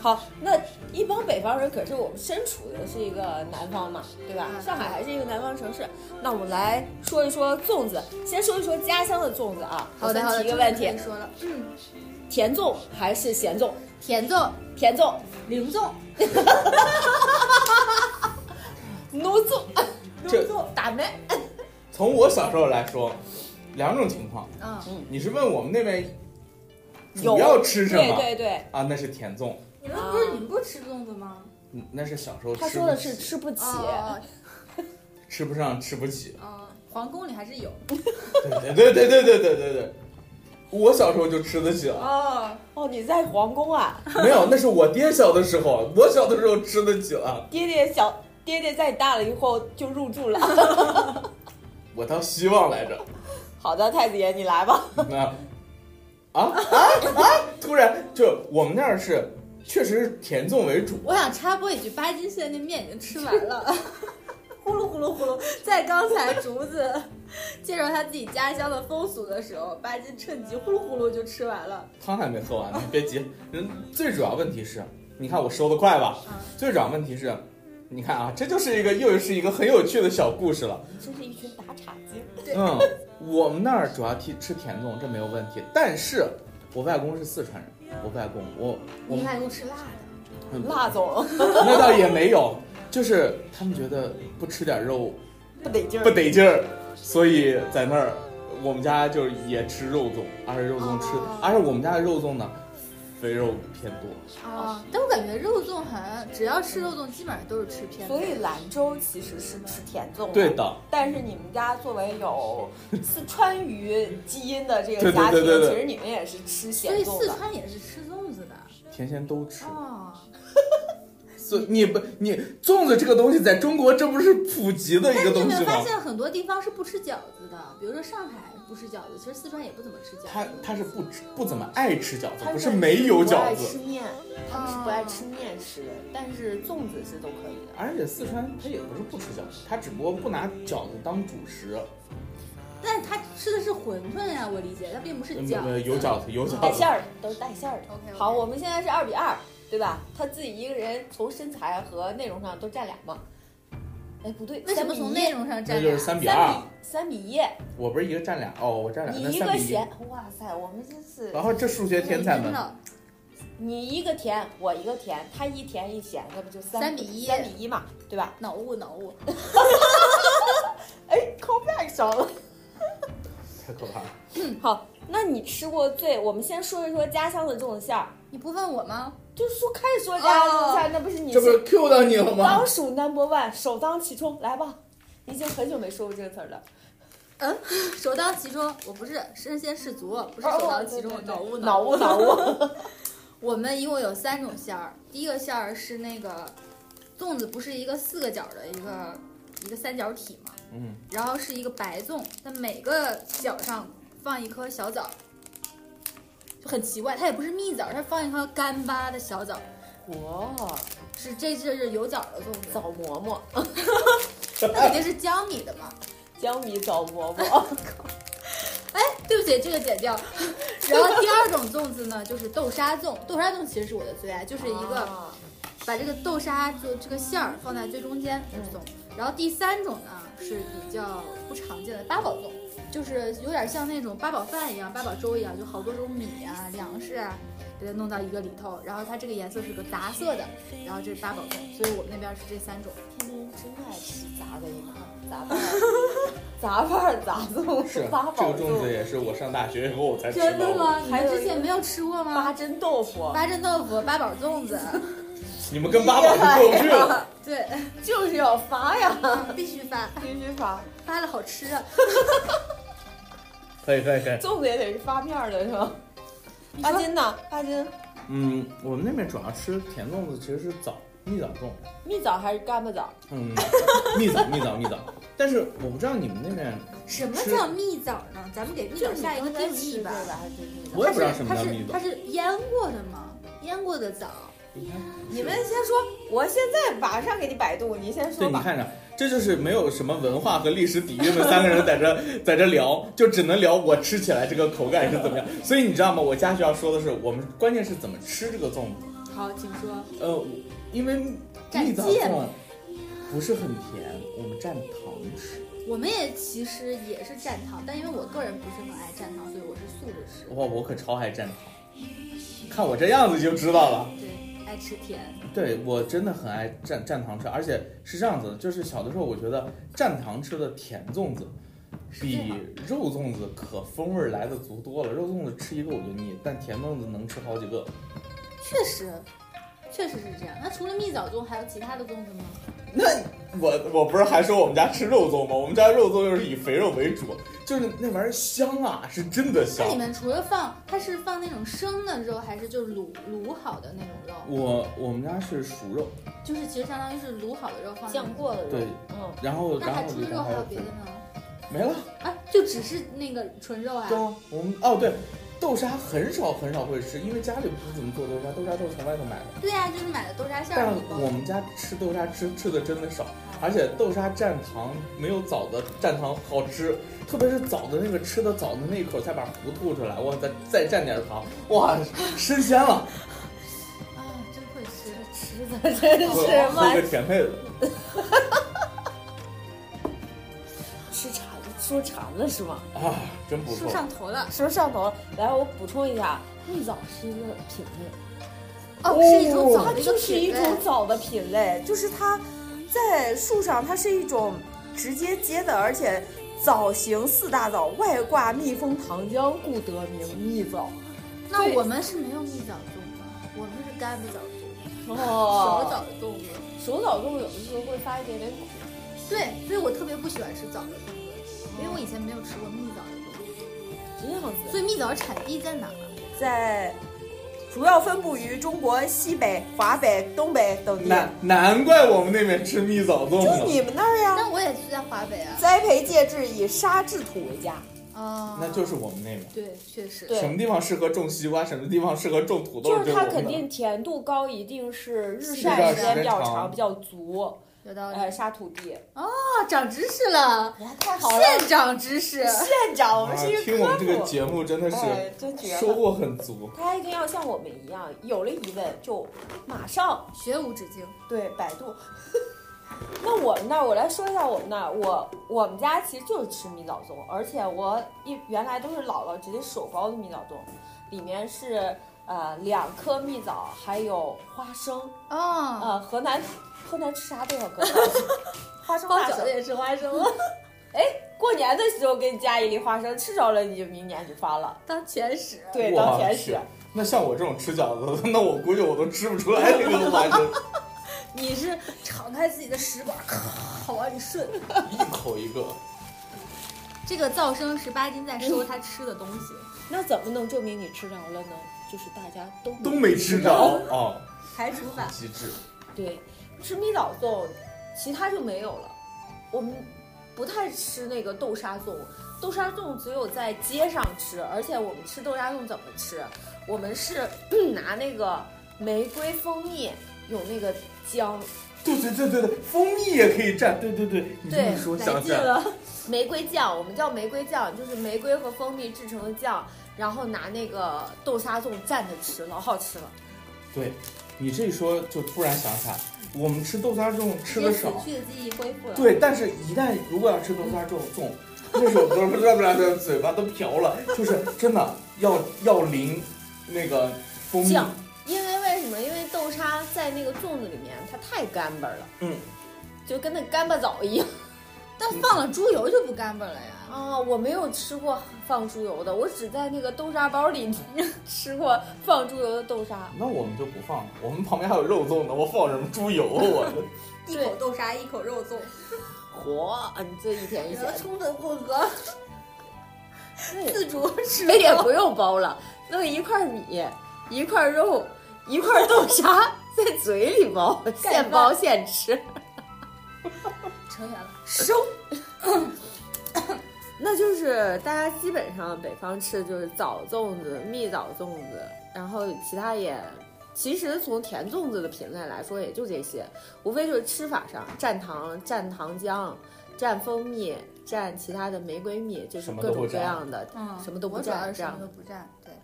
[SPEAKER 3] 好，那一帮北方人，可是我们身处的是一个南方嘛，对吧？
[SPEAKER 1] 嗯
[SPEAKER 3] 上海还是一个南方城市。那我们来说一说粽子，先说一说家乡的粽子啊。
[SPEAKER 1] 好的
[SPEAKER 3] 我
[SPEAKER 1] 好
[SPEAKER 3] 先
[SPEAKER 1] 的，
[SPEAKER 3] 提一个问
[SPEAKER 1] 终于
[SPEAKER 3] 题
[SPEAKER 1] 可以：说了，
[SPEAKER 3] 甜粽还是咸粽？
[SPEAKER 1] 甜粽、
[SPEAKER 3] 甜粽、
[SPEAKER 1] 零粽、
[SPEAKER 3] 奴粽、
[SPEAKER 2] 这
[SPEAKER 3] 打妹。
[SPEAKER 2] 从我小时候来说，两种情况，
[SPEAKER 1] 嗯，
[SPEAKER 2] 你是问我们那边
[SPEAKER 3] 有
[SPEAKER 2] 主要吃什么
[SPEAKER 3] 对对对，
[SPEAKER 2] 啊？那是甜粽，
[SPEAKER 1] 你们不是你们不吃粽子吗？
[SPEAKER 2] 嗯那是小时候吃
[SPEAKER 3] 他
[SPEAKER 2] 不
[SPEAKER 3] 说的是
[SPEAKER 2] 起
[SPEAKER 3] 吃不起。
[SPEAKER 1] 哦
[SPEAKER 2] 吃不上吃不起
[SPEAKER 1] 哦，。哦皇宫里还是有
[SPEAKER 2] 对 对对对对对对对，我小时候就吃得起了，
[SPEAKER 1] 哦，
[SPEAKER 3] 哦，你在皇宫啊？
[SPEAKER 2] 没有，那是我爹小的时候，我小的时候吃得起了。
[SPEAKER 3] 爹爹小爹爹在你大了以后就入住了。
[SPEAKER 2] 我倒希望来着，
[SPEAKER 3] 好的，太子爷你来吧。
[SPEAKER 2] 啊啊啊啊！突然就我们那儿是确实是甜粽为主，
[SPEAKER 1] 我想插播一句，八金现在那面已经吃完了，
[SPEAKER 3] 呼噜呼噜呼噜，在刚才竹子
[SPEAKER 4] 介绍他自己家乡的风俗的时候，巴金趁机呼噜呼噜就吃完了。
[SPEAKER 2] 汤还没喝完呢，别急。人最主要问题是，你看我收的快吧？最主要问题是，你看啊，这就是一个又是一个很有趣的小故事了。
[SPEAKER 3] 真是一群打岔精。
[SPEAKER 2] 嗯，我们那儿主要吃吃甜粽，这没有问题。但是我外公是四川人，我外公我我
[SPEAKER 4] 你外公吃辣的，
[SPEAKER 3] 辣总
[SPEAKER 2] 那倒也没有，就是他们觉得不吃点肉
[SPEAKER 3] 不得劲儿
[SPEAKER 2] 不，得劲儿，所以在那儿我们家就是也吃肉粽，而且肉粽吃，而且我们家的肉粽呢，肥肉偏多。哦
[SPEAKER 4] 啊，但我感觉肉粽好像只要吃肉粽，基本上都是吃偏的。
[SPEAKER 3] 所以兰州其实是吃甜粽的。
[SPEAKER 2] 对。的，
[SPEAKER 3] 但是你们家作为有四川渝基因的这
[SPEAKER 2] 对对
[SPEAKER 3] 个家庭，
[SPEAKER 2] 对对对
[SPEAKER 3] 其实你们也是吃咸
[SPEAKER 4] 所以
[SPEAKER 3] 粽
[SPEAKER 4] 四
[SPEAKER 3] 的。
[SPEAKER 4] 川也是吃粽子的
[SPEAKER 2] 甜咸都吃。
[SPEAKER 4] 啊。
[SPEAKER 2] 所以你不你粽子这个东西在中国这不是普及的一
[SPEAKER 4] 但
[SPEAKER 2] 个
[SPEAKER 4] 是你有
[SPEAKER 2] 东
[SPEAKER 4] 没
[SPEAKER 2] 西
[SPEAKER 4] 有哎发
[SPEAKER 2] 吗？
[SPEAKER 4] 现很多地方是不吃饺子的？比如说上海不吃饺子，其实四川也不怎么吃饺子。
[SPEAKER 2] 他他是不吃不怎么爱吃饺子，
[SPEAKER 3] 他
[SPEAKER 2] 不
[SPEAKER 3] 们
[SPEAKER 2] 是没有
[SPEAKER 3] 不
[SPEAKER 2] 饺
[SPEAKER 3] 爱
[SPEAKER 2] 子
[SPEAKER 3] 吃。面，他们是不爱吃面食的，但是粽子是都可以的。
[SPEAKER 2] 而且四川他也不是不吃饺子，他只不过不拿饺子当主食。
[SPEAKER 4] 但是他吃的是馄饨呀，我理解，他并不是
[SPEAKER 2] 嗯
[SPEAKER 4] 饺
[SPEAKER 2] 不
[SPEAKER 4] 子。
[SPEAKER 2] 有饺子有饺
[SPEAKER 3] 带
[SPEAKER 2] 子
[SPEAKER 3] 馅。儿的都是带馅儿的。
[SPEAKER 4] 哦 OK，OK
[SPEAKER 3] 好，我们现在是二比二，对吧？他自己一个人从身材和内容上都占两嘛。哎，不对，
[SPEAKER 4] 为什么从内容上
[SPEAKER 2] 那
[SPEAKER 4] 占
[SPEAKER 2] 就
[SPEAKER 4] 呀
[SPEAKER 2] 是？三比二
[SPEAKER 3] 三，比三比一，
[SPEAKER 2] 我不是一个占俩哦，我占俩，
[SPEAKER 3] 你
[SPEAKER 2] 那
[SPEAKER 3] 一
[SPEAKER 2] 三
[SPEAKER 3] 个
[SPEAKER 2] 比一。
[SPEAKER 3] 咸，哇塞，我们真是
[SPEAKER 2] 然后这数学天才
[SPEAKER 4] 真
[SPEAKER 2] 们，
[SPEAKER 4] 的
[SPEAKER 3] 你一个甜，我一个甜，他一甜一咸，那不就三
[SPEAKER 4] 三比一
[SPEAKER 3] 三比一嘛，对吧？
[SPEAKER 4] 脑雾脑雾。
[SPEAKER 3] 哎，call back 上了。
[SPEAKER 2] 太可怕了。
[SPEAKER 3] 好，那你吃过最？我们先说一说家乡的粽子馅儿，
[SPEAKER 4] 你不问我吗？
[SPEAKER 3] 就说开始说家乡粽子馅
[SPEAKER 4] 哦
[SPEAKER 3] 儿，那不是你
[SPEAKER 2] 这不是 Q 到你了吗
[SPEAKER 3] 当？属 number one，首当其冲，来吧。已经很久没说过这个词儿了，
[SPEAKER 4] 首当其冲，我不是身先士卒，不
[SPEAKER 2] 哦
[SPEAKER 4] 是首当其冲，脑雾
[SPEAKER 3] 脑
[SPEAKER 4] 雾。
[SPEAKER 3] 雾脑 雾，
[SPEAKER 4] 我们一共有三种馅儿，第一个馅儿是那个粽子，不是一个四个角的一个一个三角体嘛，
[SPEAKER 2] 嗯，
[SPEAKER 4] 然后是一个白粽，那每个角上放一颗小枣，就很奇怪，它也不是蜜枣，它放一颗干巴的小枣，
[SPEAKER 3] 哇，
[SPEAKER 4] 是这这是有枣的粽子，
[SPEAKER 3] 枣馍馍，
[SPEAKER 4] 那肯定是江米的嘛。
[SPEAKER 3] 江米枣馍馍，
[SPEAKER 4] 哎，对不起，这个剪掉。 然后第二种粽子呢，就是豆沙粽。豆沙粽其实是我的最爱， 就是一个
[SPEAKER 3] 啊
[SPEAKER 4] 把这个豆沙就这个馅儿放在最中间这是粽。然后第三种呢是比较不常见的八宝粽，就是有点像那种八宝饭一样、八宝粥一样，就好多种米啊、粮食啊，给它弄到一个里头。然后它这个颜色是个杂色的，然后这是八宝粽，所以我们那边是这三种。
[SPEAKER 3] 天津人真爱吃杂的一块儿，杂拌儿，杂拌儿杂粽
[SPEAKER 2] 是啊
[SPEAKER 3] 八
[SPEAKER 2] 这
[SPEAKER 3] 宝
[SPEAKER 2] 个粽子
[SPEAKER 3] 粽，
[SPEAKER 2] 也是我上大学以后我才吃
[SPEAKER 3] 真的
[SPEAKER 2] 到的。
[SPEAKER 3] 吗？
[SPEAKER 4] 还
[SPEAKER 3] 还
[SPEAKER 4] 之
[SPEAKER 3] 之
[SPEAKER 4] 前
[SPEAKER 3] 前
[SPEAKER 4] 没有吃过
[SPEAKER 3] 八
[SPEAKER 4] 吗？
[SPEAKER 3] 珍豆腐，
[SPEAKER 4] 八珍豆腐、八宝粽子，
[SPEAKER 2] 你们跟八宝是过不去了。
[SPEAKER 4] 对，
[SPEAKER 3] 就是要发呀，
[SPEAKER 4] 必须发，
[SPEAKER 3] 必须发，
[SPEAKER 4] 发了好吃啊！
[SPEAKER 2] 可以可以可以。
[SPEAKER 3] 粽子也得是发面儿的是吧？
[SPEAKER 4] 你
[SPEAKER 3] 八
[SPEAKER 4] 说
[SPEAKER 3] 斤呢？八斤，
[SPEAKER 2] 嗯，我们那边主要吃甜粽子其实是枣蜜枣粽，
[SPEAKER 3] 蜜枣还是干巴枣？
[SPEAKER 2] 嗯， 蜜枣蜜枣蜜枣。但是我不知道你们那边，
[SPEAKER 4] 什么叫蜜枣呢？咱们给蜜枣下一个定义吧。
[SPEAKER 2] 我也不知道什么叫蜜枣
[SPEAKER 4] 它。是它是腌过的吗？腌过的枣。
[SPEAKER 2] 你看
[SPEAKER 3] 你们先说，我现在马上给你百度，你先
[SPEAKER 2] 对，
[SPEAKER 3] 说
[SPEAKER 2] 你
[SPEAKER 3] 吧。
[SPEAKER 2] 看着，这就是没有什么文化和历史底蕴的三个人在这 在这聊，就只能聊我吃起来这个口感是怎 么样。所以你知道吗？我家需要说的是，我们关键是怎么吃这个粽子。
[SPEAKER 4] 好，请说。
[SPEAKER 2] 呃，我因为
[SPEAKER 4] 蘸
[SPEAKER 2] 蜜枣
[SPEAKER 4] 芥
[SPEAKER 2] 粽啊
[SPEAKER 4] 末
[SPEAKER 2] 不是很甜，我们蘸糖吃。
[SPEAKER 4] 我们也其实也是蘸糖，但因为我个人不是很爱蘸糖，所以我是素着吃。
[SPEAKER 2] 哇，我可超爱蘸糖，看我这样子就知道了。
[SPEAKER 4] 对，爱吃甜。
[SPEAKER 2] 对我真的很爱蘸蘸糖吃，而且是这样子的，就是小的时候我觉得蘸糖吃的甜粽子，
[SPEAKER 4] 最
[SPEAKER 2] 比
[SPEAKER 4] 好
[SPEAKER 2] 肉粽子可风味儿来的足多了。肉粽子吃一个我就腻，但甜粽子能吃好几个。
[SPEAKER 4] 确实，确实是这样。那除了蜜枣粽，还有其他的粽子吗？
[SPEAKER 2] 那我我不是还说我们家吃肉粽吗？我们家肉粽又是以肥肉为主，就是那玩意儿香啊，是真的
[SPEAKER 4] 那
[SPEAKER 2] 香
[SPEAKER 4] 你。们除了放，它是放那种生的肉，还是就是卤卤好的那种肉？
[SPEAKER 2] 我我们家是熟肉，
[SPEAKER 4] 就是其实相当于是卤好的肉放进去
[SPEAKER 3] 酱。过的肉
[SPEAKER 2] 对，
[SPEAKER 3] 嗯，
[SPEAKER 2] 然后
[SPEAKER 4] 那
[SPEAKER 2] 然
[SPEAKER 4] 还
[SPEAKER 2] 后
[SPEAKER 4] 除
[SPEAKER 2] 里
[SPEAKER 4] 了
[SPEAKER 2] 边
[SPEAKER 4] 肉还
[SPEAKER 2] 有
[SPEAKER 4] 有别的呢？
[SPEAKER 2] 没了。
[SPEAKER 4] 啊，就只是那个纯肉啊？
[SPEAKER 2] 对啊，我们哦对，豆沙很少很少会吃，因为家里不怎么做豆沙，豆沙都是从外头买的。
[SPEAKER 4] 对呀、就是买的豆沙馅
[SPEAKER 2] 但
[SPEAKER 4] 儿嘛。
[SPEAKER 2] 我们家吃豆沙吃吃的真的少，而且豆沙蘸糖没有枣的蘸糖好吃，特别是枣的那个吃的枣的那一口，再把核吐出来，哇，再再蘸点糖， 哇，升仙了，
[SPEAKER 4] 啊，
[SPEAKER 1] 嗯
[SPEAKER 4] 真会吃。
[SPEAKER 3] 吃的真
[SPEAKER 2] 喝
[SPEAKER 3] 是
[SPEAKER 2] 喝
[SPEAKER 3] 妈
[SPEAKER 2] 个甜配的。
[SPEAKER 3] 吃馋了，说馋了是吗？
[SPEAKER 2] 啊，真不
[SPEAKER 4] 说
[SPEAKER 2] 错。
[SPEAKER 4] 上头了
[SPEAKER 3] 是不是上头了？来，我补充一下，蜜枣是一个品类。
[SPEAKER 4] 哦，是一种枣
[SPEAKER 3] 它
[SPEAKER 4] 的一个
[SPEAKER 3] 就是一
[SPEAKER 4] 品
[SPEAKER 3] 种
[SPEAKER 4] 类。
[SPEAKER 3] 枣的品类，就是它在树上，它是一种直接结的，而且枣形四大枣，外挂蜜蜂糖浆，故得名蜜枣。
[SPEAKER 4] 那
[SPEAKER 3] 对
[SPEAKER 4] 我们是没有蜜枣粽的，我们是干的枣粽，
[SPEAKER 3] 哦
[SPEAKER 4] 手枣的粽子。
[SPEAKER 3] 手枣粽有的时候会发一点点苦。
[SPEAKER 4] 对，所以我特别不喜欢吃枣的粽子，因为我以前没有吃过蜜枣的粽子。
[SPEAKER 3] 这样子，
[SPEAKER 4] 所以蜜枣产地在哪儿？啊
[SPEAKER 3] 在主要分布于中国西北、华北、东北等地
[SPEAKER 2] 难。难怪我们那边吃蜜枣粽
[SPEAKER 3] 就
[SPEAKER 2] 子，
[SPEAKER 3] 你们那儿呀，
[SPEAKER 4] 但我也是在华北啊。
[SPEAKER 3] 栽培介质以沙质土为佳。
[SPEAKER 4] 啊，
[SPEAKER 2] 那
[SPEAKER 1] 哦
[SPEAKER 2] 就是我们那边。
[SPEAKER 4] 对，确实。
[SPEAKER 3] 对
[SPEAKER 2] 什么地方适合种西瓜，什么地方适合种土豆，
[SPEAKER 3] 就是它
[SPEAKER 2] 我们
[SPEAKER 3] 肯
[SPEAKER 2] 的
[SPEAKER 3] 定甜度高，一定是日
[SPEAKER 4] 日
[SPEAKER 3] 晒
[SPEAKER 4] 照
[SPEAKER 3] 时间
[SPEAKER 2] 时
[SPEAKER 3] 比
[SPEAKER 2] 间
[SPEAKER 3] 较
[SPEAKER 2] 长
[SPEAKER 3] 长、比较足，
[SPEAKER 4] 有道理。
[SPEAKER 3] 呃，沙土地。
[SPEAKER 4] 啊，长知识了，
[SPEAKER 3] 哇，太好
[SPEAKER 1] 哎
[SPEAKER 3] 了！
[SPEAKER 4] 现长知识。
[SPEAKER 3] 县长，我
[SPEAKER 2] 啊
[SPEAKER 3] 们哦是一个
[SPEAKER 2] 听我们这个
[SPEAKER 3] 科
[SPEAKER 2] 节目真的
[SPEAKER 3] 普，哎
[SPEAKER 2] 是，
[SPEAKER 3] 真绝
[SPEAKER 2] 收
[SPEAKER 3] 了。
[SPEAKER 2] 获很足。
[SPEAKER 3] 大家一定要像我们一样，有了疑问就马上
[SPEAKER 4] 学无止境。
[SPEAKER 3] 对百度。 那我们那儿，我来说一下我们那儿，我我们家其实就是吃蜜枣粽，而且我一原来都是姥姥直接手包的蜜枣粽，里面是呃两颗蜜枣，还有花生，
[SPEAKER 4] 哦，
[SPEAKER 3] 呃河南河南吃啥都 要搁花生，花生
[SPEAKER 4] 包
[SPEAKER 3] 大
[SPEAKER 4] 饺
[SPEAKER 3] 省
[SPEAKER 4] 子。也是花生吗？
[SPEAKER 3] 过年的时候给你加一粒花生，吃着了你就明年就发了，
[SPEAKER 4] 当甜食。
[SPEAKER 3] 对，
[SPEAKER 2] 哇
[SPEAKER 3] 当甜食。。
[SPEAKER 2] 那像我这种吃饺子的，那我估计我都吃不出来这个花生，
[SPEAKER 4] 你是敞开自己的食管，咔往里顺。
[SPEAKER 2] 一口一个。
[SPEAKER 4] 这个噪声十八斤在收他吃的东西，
[SPEAKER 3] 那怎么能证明你吃着了呢？就是大家都
[SPEAKER 2] 都没吃着哦，
[SPEAKER 4] 排除法。
[SPEAKER 2] 极致。
[SPEAKER 3] 对，吃蜜枣粽，其他就没有了。我们不太吃那个豆沙粽，豆沙粽只有在街上吃，而且我们吃豆沙粽怎么吃？我们是 拿那个玫瑰蜂蜜，有那个姜，
[SPEAKER 2] 对对对对对，蜂蜜也可以蘸。对对对，你这么
[SPEAKER 3] 对
[SPEAKER 2] 一说
[SPEAKER 4] 来
[SPEAKER 2] 想起
[SPEAKER 4] 劲
[SPEAKER 2] 来，
[SPEAKER 4] 了，
[SPEAKER 3] 玫瑰酱，我们叫玫瑰酱，就是玫瑰和蜂蜜制成的酱，然后拿那个豆沙粽蘸着吃，老好吃了。
[SPEAKER 2] 对你这一说就突然想起来，我们吃豆沙粽吃
[SPEAKER 4] 这
[SPEAKER 2] 的
[SPEAKER 4] 死
[SPEAKER 2] 少，
[SPEAKER 4] 去的记忆恢复了。
[SPEAKER 2] 对，但是一旦如果要吃豆沙粽粽，那首歌不是不是不是嘴巴都 瓢了，就是真的要要淋那个蜂蜜
[SPEAKER 3] 酱，因为为什么？因为豆沙在那个粽子里面，它太干巴了，
[SPEAKER 2] 嗯，
[SPEAKER 3] 就跟那干巴枣一样。
[SPEAKER 4] 但放了猪油就不干巴了呀。
[SPEAKER 3] 啊、我没有吃过放猪油的，我只在那个豆沙包里吃过放猪油的豆沙，
[SPEAKER 2] 那我们就不放了，我们旁边还有肉粽呢，我放什么猪油啊？
[SPEAKER 4] 嗯
[SPEAKER 2] 我
[SPEAKER 4] 一口豆沙，一口肉粽，
[SPEAKER 3] 活，你嗯这一天一天
[SPEAKER 4] 然后充分混合， 自主 吃
[SPEAKER 3] 非得
[SPEAKER 4] 肉。
[SPEAKER 3] 不用包了，弄一块米，一块肉，一块豆沙在嘴里包，
[SPEAKER 4] 盖
[SPEAKER 3] 现包现吃。
[SPEAKER 4] 成员 了，
[SPEAKER 3] 收。那就是大家基本上北方吃的就是枣粽子、蜜枣粽子，然后其他也，其实从甜粽子的品类来说，也就这些，无非就是吃法上蘸糖、蘸糖浆、蘸蜂蜜、蘸其他的玫瑰蜜，就是
[SPEAKER 2] 什么
[SPEAKER 3] 各
[SPEAKER 2] 都
[SPEAKER 3] 种
[SPEAKER 2] 不
[SPEAKER 3] 各
[SPEAKER 2] 蘸
[SPEAKER 3] 样的。
[SPEAKER 4] 嗯，
[SPEAKER 3] 什么都不
[SPEAKER 4] 我主
[SPEAKER 3] 蘸
[SPEAKER 4] 要是
[SPEAKER 3] 这
[SPEAKER 4] 什
[SPEAKER 3] 样
[SPEAKER 4] 么都不蘸。对，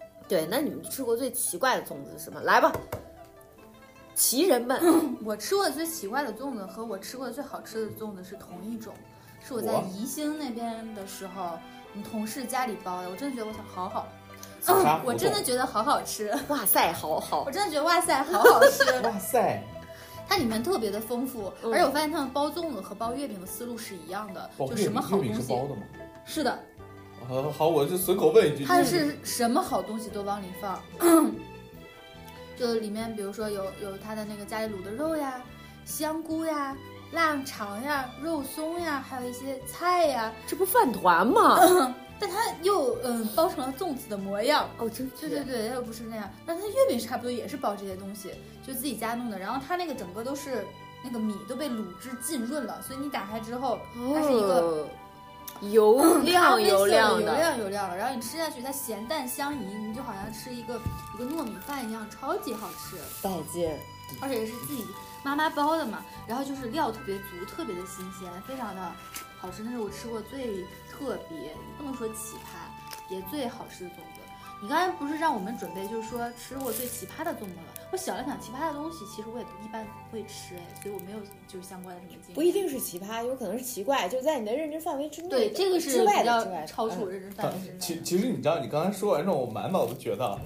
[SPEAKER 3] 对，那你们吃过最奇怪的粽子是什么？来吧，奇人们，
[SPEAKER 4] 我吃过的最奇怪的粽子和我吃过的最好吃的粽子是同一种，是我在
[SPEAKER 2] 我
[SPEAKER 4] 宜兴那边的时候，我们同事家里包的，我真的觉得我好好，
[SPEAKER 2] 紫砂
[SPEAKER 4] 我
[SPEAKER 2] 胡
[SPEAKER 4] 真
[SPEAKER 2] 同
[SPEAKER 4] 的觉得好好吃，
[SPEAKER 3] 哇塞，好好
[SPEAKER 4] 我，真的觉得哇塞，好好吃，
[SPEAKER 2] 哇塞，
[SPEAKER 4] 它里面特别的丰富，
[SPEAKER 3] 嗯
[SPEAKER 4] 而且我发现他们包粽子和包月饼的思路是一样的，
[SPEAKER 2] 包
[SPEAKER 4] 就
[SPEAKER 2] 月
[SPEAKER 4] 什么
[SPEAKER 2] 饼
[SPEAKER 4] 好
[SPEAKER 2] 月饼
[SPEAKER 4] 东
[SPEAKER 2] 是包
[SPEAKER 4] 西
[SPEAKER 2] 的吗？
[SPEAKER 4] 是的，
[SPEAKER 2] 好好，我就随口问一句，
[SPEAKER 4] 它
[SPEAKER 2] 就是
[SPEAKER 4] 什么好东西都往里放，就里面比如说有有它的那个家里卤的肉呀、香菇呀、腊肠呀、肉松呀，还有一些菜呀，
[SPEAKER 3] 这不饭团吗？
[SPEAKER 4] 嗯但它又嗯包成了粽子的模样。
[SPEAKER 3] 哦，真
[SPEAKER 4] 对对对，它又不是那样，但它月饼差不多也是包这些东西，就自己家弄的。然后它那个整个都是那个米都被卤制浸润了，所以你打开之后，它是一个
[SPEAKER 3] 哦
[SPEAKER 4] 油
[SPEAKER 1] 咖
[SPEAKER 4] 亮
[SPEAKER 1] 啡色
[SPEAKER 4] 油
[SPEAKER 1] 油
[SPEAKER 4] 亮
[SPEAKER 1] 油
[SPEAKER 4] 的，
[SPEAKER 1] 亮油亮的，然后你吃下去，它咸淡相宜，你就好像吃一个一个糯米饭一样，超级好吃，
[SPEAKER 3] 带劲。
[SPEAKER 1] 而且是自己妈妈包的嘛，然后就是料特别足，特别的新鲜，非常的好吃，那是我吃过最特别，不能说奇葩，也最好吃的粽子。你刚才不是让我们准备，就是说吃过最奇葩的粽子了？我想了想，奇葩的东西其实我也一般不会吃，哎，所以我没有就是相关的什么经历。
[SPEAKER 3] 不一定是奇葩，有可能是奇怪，就在你的认知范围之内的。
[SPEAKER 1] 对，这个
[SPEAKER 3] 之
[SPEAKER 1] 是
[SPEAKER 3] 外
[SPEAKER 1] 比
[SPEAKER 3] 的之外
[SPEAKER 1] 较
[SPEAKER 3] 的
[SPEAKER 1] 超出我
[SPEAKER 3] 嗯
[SPEAKER 1] 认知范围之内。
[SPEAKER 2] 其其实你知道，你刚才说完之后，我满脑子觉得啊，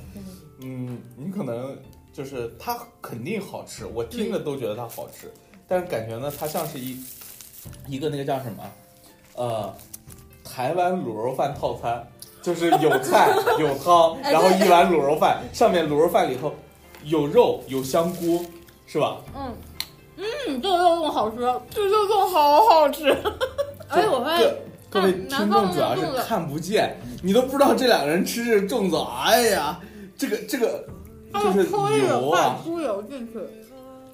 [SPEAKER 2] 嗯，你可能就是它肯定好吃，我听着都觉得它好吃，但是感觉呢，它像是一一个那个叫什么，呃，台湾卤肉饭套餐，就是有 菜有汤，然后一碗卤肉饭，上面卤肉饭里头有肉有香菇，是吧？
[SPEAKER 1] 嗯，嗯，这个肉粽好吃，
[SPEAKER 3] 这肉粽好好
[SPEAKER 1] 啊
[SPEAKER 3] 吃。
[SPEAKER 1] 而且哎我发现
[SPEAKER 2] 各各位
[SPEAKER 1] 看嗯
[SPEAKER 2] 听
[SPEAKER 1] 南方的
[SPEAKER 2] 众主要是
[SPEAKER 1] 粽子
[SPEAKER 2] 看不见，你都不知道这两个人吃这粽子，哎呀，这个这个
[SPEAKER 1] 啊
[SPEAKER 2] 就是油啊，
[SPEAKER 3] 猪油进去，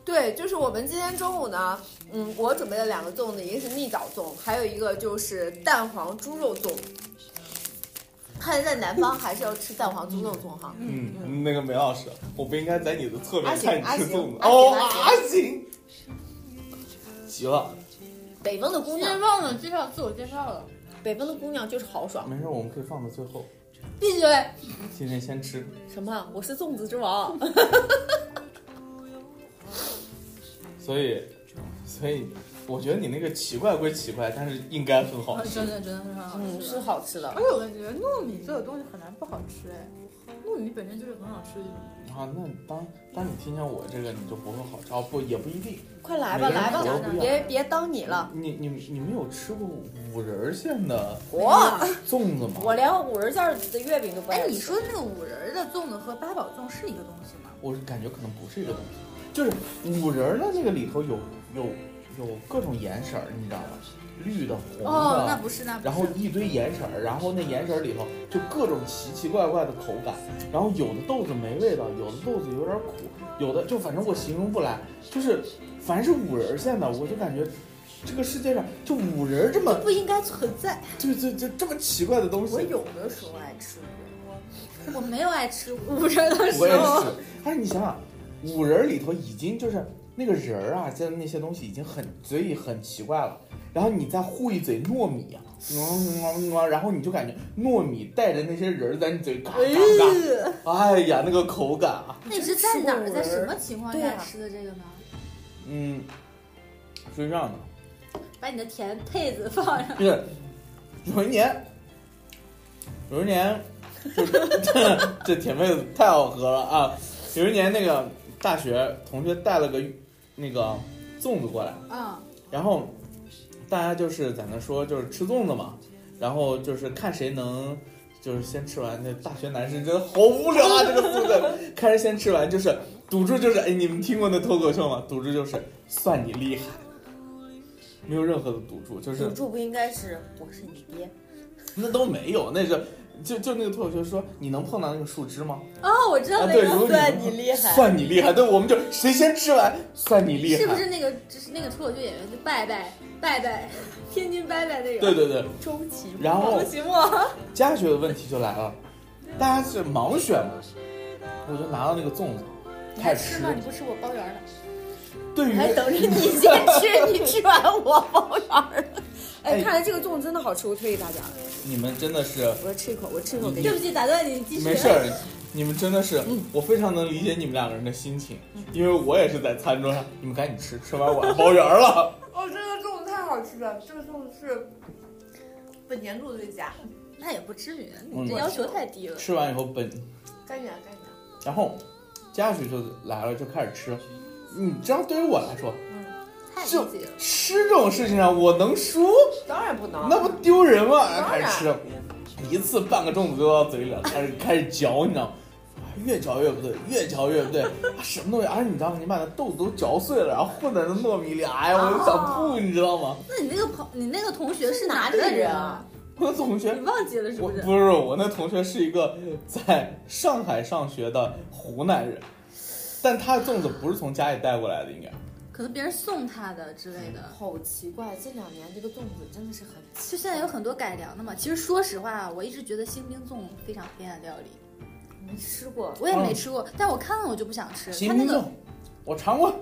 [SPEAKER 4] 对，就是我们今天中午呢，嗯，我准备了两个粽子，一个是蜜枣粽，还有一个就是蛋黄猪肉粽。看在南方还是要吃蛋黄猪肉粽哈。
[SPEAKER 2] 嗯，那个梅老师，我不应该在你的侧
[SPEAKER 4] 阿
[SPEAKER 2] 面
[SPEAKER 4] 行
[SPEAKER 2] 看你吃粽子
[SPEAKER 4] 阿行
[SPEAKER 2] 哦，阿
[SPEAKER 4] 阿
[SPEAKER 2] 行，急了，
[SPEAKER 4] 北方的姑娘，
[SPEAKER 1] 忘了介绍自我介绍了，
[SPEAKER 3] 北方的姑娘就是豪爽。
[SPEAKER 2] 没事，我们可以放到最后，
[SPEAKER 1] 闭嘴。
[SPEAKER 2] 今天先吃，
[SPEAKER 3] 什么？我是粽子之王。
[SPEAKER 2] 所以所以我觉得你那个奇怪归奇怪，但是应该很好吃，
[SPEAKER 1] 啊真的真的非常好啊
[SPEAKER 3] 嗯，是好吃的
[SPEAKER 5] 而。哎且我感觉糯米这个东西很难不好吃哎，糯米本身就是很好吃的一种东西。
[SPEAKER 2] 啊，那当当你听见我这个，你就不会好吃，哦不也不一定。
[SPEAKER 3] 快来
[SPEAKER 4] 哎
[SPEAKER 3] 吧，
[SPEAKER 2] 每个人
[SPEAKER 3] 来吧
[SPEAKER 2] 口味不，一样
[SPEAKER 3] 别别当你了。
[SPEAKER 2] 你你你们有吃过五仁馅的
[SPEAKER 3] 我
[SPEAKER 2] 粽子吗？
[SPEAKER 3] 我连五仁馅儿的月饼都不爱
[SPEAKER 1] 啊哎，
[SPEAKER 3] 吃。
[SPEAKER 1] 你说那个五仁儿的粽子和八宝粽是一个东西吗？
[SPEAKER 2] 我感觉可能不是一个东西，就是五仁儿的那个里头有有有各种颜色儿，你知道吗？绿的、红的，
[SPEAKER 1] 哦，那不是，那不是。
[SPEAKER 2] 然后一堆颜色儿，然后那颜色儿里头就各种奇奇怪怪的口感，然后有的豆子没味道，有的豆子有点苦，有的就反正我形容不来，就是凡是五仁儿馅的，我就感觉这个世界上就五仁儿这么
[SPEAKER 1] 不应该存在。
[SPEAKER 2] 就就就这么奇怪的东西，
[SPEAKER 4] 我有的时候爱吃。
[SPEAKER 1] 我没有爱吃五仁的时
[SPEAKER 2] 我也
[SPEAKER 1] 候，
[SPEAKER 2] 是。但是你想想，五仁儿里头已经就是那个仁儿啊，加的那些东西已经很嘴里很奇怪了，然后你再糊一嘴糯米啊，嗯嗯嗯然后你就感觉糯米带着那些仁儿在你嘴嘎
[SPEAKER 3] 哎
[SPEAKER 2] 嘎嘎，哎呀，那个口感啊，
[SPEAKER 1] 那你是在哪儿，在
[SPEAKER 3] 真吃过五仁儿
[SPEAKER 1] 什么情况
[SPEAKER 3] 对
[SPEAKER 1] 下
[SPEAKER 3] 啊
[SPEAKER 1] 吃的这个呢？
[SPEAKER 2] 嗯，是这样的。
[SPEAKER 1] 把你的甜配子放上，
[SPEAKER 2] 就是有一年，有一年，就是 这铁妹子太好喝了啊！有一年那个大学同学带了个那个粽子过来，
[SPEAKER 1] 嗯，
[SPEAKER 2] 然后大家就是在那说就是吃粽子嘛，然后就是看谁能。就是先吃完，那大学男生真的好无聊啊！这个粽子，看谁先吃完，就是赌注，就是哎，你们听过那脱口秀吗？赌注就是算你厉害，没有任何的赌注，就是
[SPEAKER 3] 赌注不应该是我是你爹，
[SPEAKER 2] 那都没有，那是就就那个脱口秀说你能碰到那个树枝吗？
[SPEAKER 1] 哦，我知道
[SPEAKER 2] 啊，
[SPEAKER 1] 那
[SPEAKER 2] 对，如
[SPEAKER 1] 个，
[SPEAKER 2] 果
[SPEAKER 3] 算
[SPEAKER 2] 你
[SPEAKER 3] 你
[SPEAKER 2] 能碰
[SPEAKER 3] 厉害
[SPEAKER 2] 算你厉害，对，我们就谁先吃完算你厉害，
[SPEAKER 1] 是不是那个就是那个脱口秀演员就拜拜拜拜，天津拜拜那个？
[SPEAKER 2] 对对对，
[SPEAKER 3] 周奇墨。
[SPEAKER 2] 然后
[SPEAKER 3] 周奇墨。
[SPEAKER 2] 家学的问题就来了，大家是盲选嘛，我就拿到那个粽子
[SPEAKER 1] 你
[SPEAKER 2] 开
[SPEAKER 1] 还
[SPEAKER 2] 始
[SPEAKER 1] 吃
[SPEAKER 2] 吃
[SPEAKER 1] 吗？。你不吃我包圆 儿的。
[SPEAKER 2] 对于
[SPEAKER 3] 还等着你 先
[SPEAKER 1] 哎
[SPEAKER 3] 吃，你吃完我包圆儿。
[SPEAKER 2] 哎
[SPEAKER 3] 哎，看来这个粽子真的好吃，我推给大家。
[SPEAKER 2] 你们真的是
[SPEAKER 3] 我吃一口，我吃一口给
[SPEAKER 1] 对
[SPEAKER 3] 你。
[SPEAKER 1] 不起，打断你，继续。
[SPEAKER 2] 没事儿，你们真的是，
[SPEAKER 1] 嗯
[SPEAKER 2] 我非常能理解你们两个人的心情，因为我也是在餐桌上，你们赶紧吃，吃完我要包圆儿 了。
[SPEAKER 5] 哦，这个粽子太好吃了，这个粽子是本年度最佳，
[SPEAKER 1] 那也不至于，
[SPEAKER 2] 嗯
[SPEAKER 1] 你这要求太低了。
[SPEAKER 2] 吃完以后本
[SPEAKER 5] 该你了，该你了。
[SPEAKER 2] 然后家属就来了，就开始吃。你知道，对于我来说，
[SPEAKER 1] 太理
[SPEAKER 2] 就
[SPEAKER 1] 解了。
[SPEAKER 2] 吃这种事情上我能输？
[SPEAKER 3] 当然不能
[SPEAKER 2] 那不丢人吗？然后
[SPEAKER 3] 当
[SPEAKER 2] 开
[SPEAKER 3] 然
[SPEAKER 2] 始吃，一次半个粽子丢到嘴里了，开始开始嚼，你知道吗？越嚼越不对，越嚼越不对，啊什么东西？而且你知道吗？你把那豆子都嚼碎了，然后混在那糯米里，哎呀，我就想吐，你知道吗？
[SPEAKER 1] 那你那个朋，你那个同学是哪
[SPEAKER 4] 哪
[SPEAKER 1] 儿的
[SPEAKER 4] 里人
[SPEAKER 1] 人
[SPEAKER 4] 啊
[SPEAKER 1] 啊？
[SPEAKER 2] 我的同学
[SPEAKER 1] 你忘记了是
[SPEAKER 2] 我
[SPEAKER 1] 不是？
[SPEAKER 2] 不是我那同学是一个在上海上学的湖南人，但他的粽子不是从家里带过来的，应该
[SPEAKER 1] 可能别人送他的之类的。
[SPEAKER 4] 好奇怪，这两年这个粽子真的是很奇
[SPEAKER 1] 就现在有很多改良的嘛。其实说实话啊，我一直觉得新兵粽非常黑暗料理，
[SPEAKER 4] 没吃过，
[SPEAKER 1] 我也没吃过，但我看了我就不想吃。
[SPEAKER 2] 嗯新
[SPEAKER 1] 它那
[SPEAKER 2] 兵
[SPEAKER 1] 个
[SPEAKER 2] 粽，我尝过。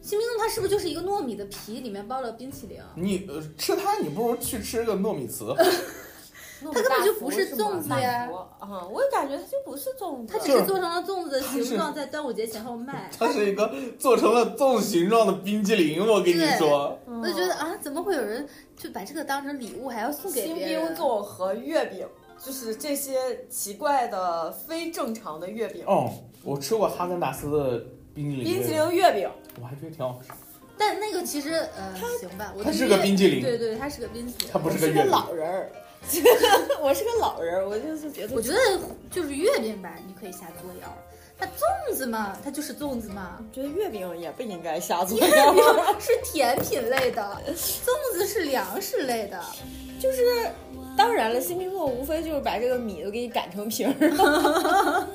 [SPEAKER 1] 新兵粽，它是不是就是一个糯米的皮，里面包了冰淇淋？啊
[SPEAKER 2] 你呃吃它，你不如去吃个糯米糍。
[SPEAKER 4] 它
[SPEAKER 1] 它根本就不是粽子呀
[SPEAKER 3] 嗯
[SPEAKER 4] 啊，我也感觉它就不是粽子，
[SPEAKER 1] 它只
[SPEAKER 2] 就是
[SPEAKER 1] 做成了粽子的
[SPEAKER 2] 它是
[SPEAKER 1] 形状，在端午节前后卖。
[SPEAKER 2] 它是一个做成了粽形状的冰激凌，我跟你说，
[SPEAKER 3] 嗯
[SPEAKER 1] 我就觉得啊，怎么会有人就把这个当成礼物，还要送给
[SPEAKER 3] 新
[SPEAKER 1] 别
[SPEAKER 3] 兵
[SPEAKER 1] 人？
[SPEAKER 3] 粽和月饼，就是这些奇怪的非正常的月饼，
[SPEAKER 2] 哦，我吃过哈根达斯的冰激凌，
[SPEAKER 3] 冰淇淋月饼。
[SPEAKER 2] 我还觉得挺好吃。
[SPEAKER 1] 但那个其实呃，行吧，我
[SPEAKER 2] 它
[SPEAKER 1] 对
[SPEAKER 2] 是个
[SPEAKER 1] 月
[SPEAKER 2] 冰激凌
[SPEAKER 1] 对对，它是个冰淇淋。
[SPEAKER 2] 它不
[SPEAKER 3] 我
[SPEAKER 2] 是
[SPEAKER 3] 是
[SPEAKER 2] 月
[SPEAKER 3] 个
[SPEAKER 2] 饼，
[SPEAKER 3] 老人儿， 我是个老人儿，我就是觉得
[SPEAKER 1] 我觉得就是月饼吧，你可以瞎作妖。那粽子嘛，它就是粽子嘛，
[SPEAKER 3] 觉得月饼也不应该瞎做呀，
[SPEAKER 1] 是甜品类的，粽子是粮食类的。
[SPEAKER 3] 就是。当然了，新兵粽无非就是把这个米都给你擀成皮儿。
[SPEAKER 1] 那
[SPEAKER 2] 嗯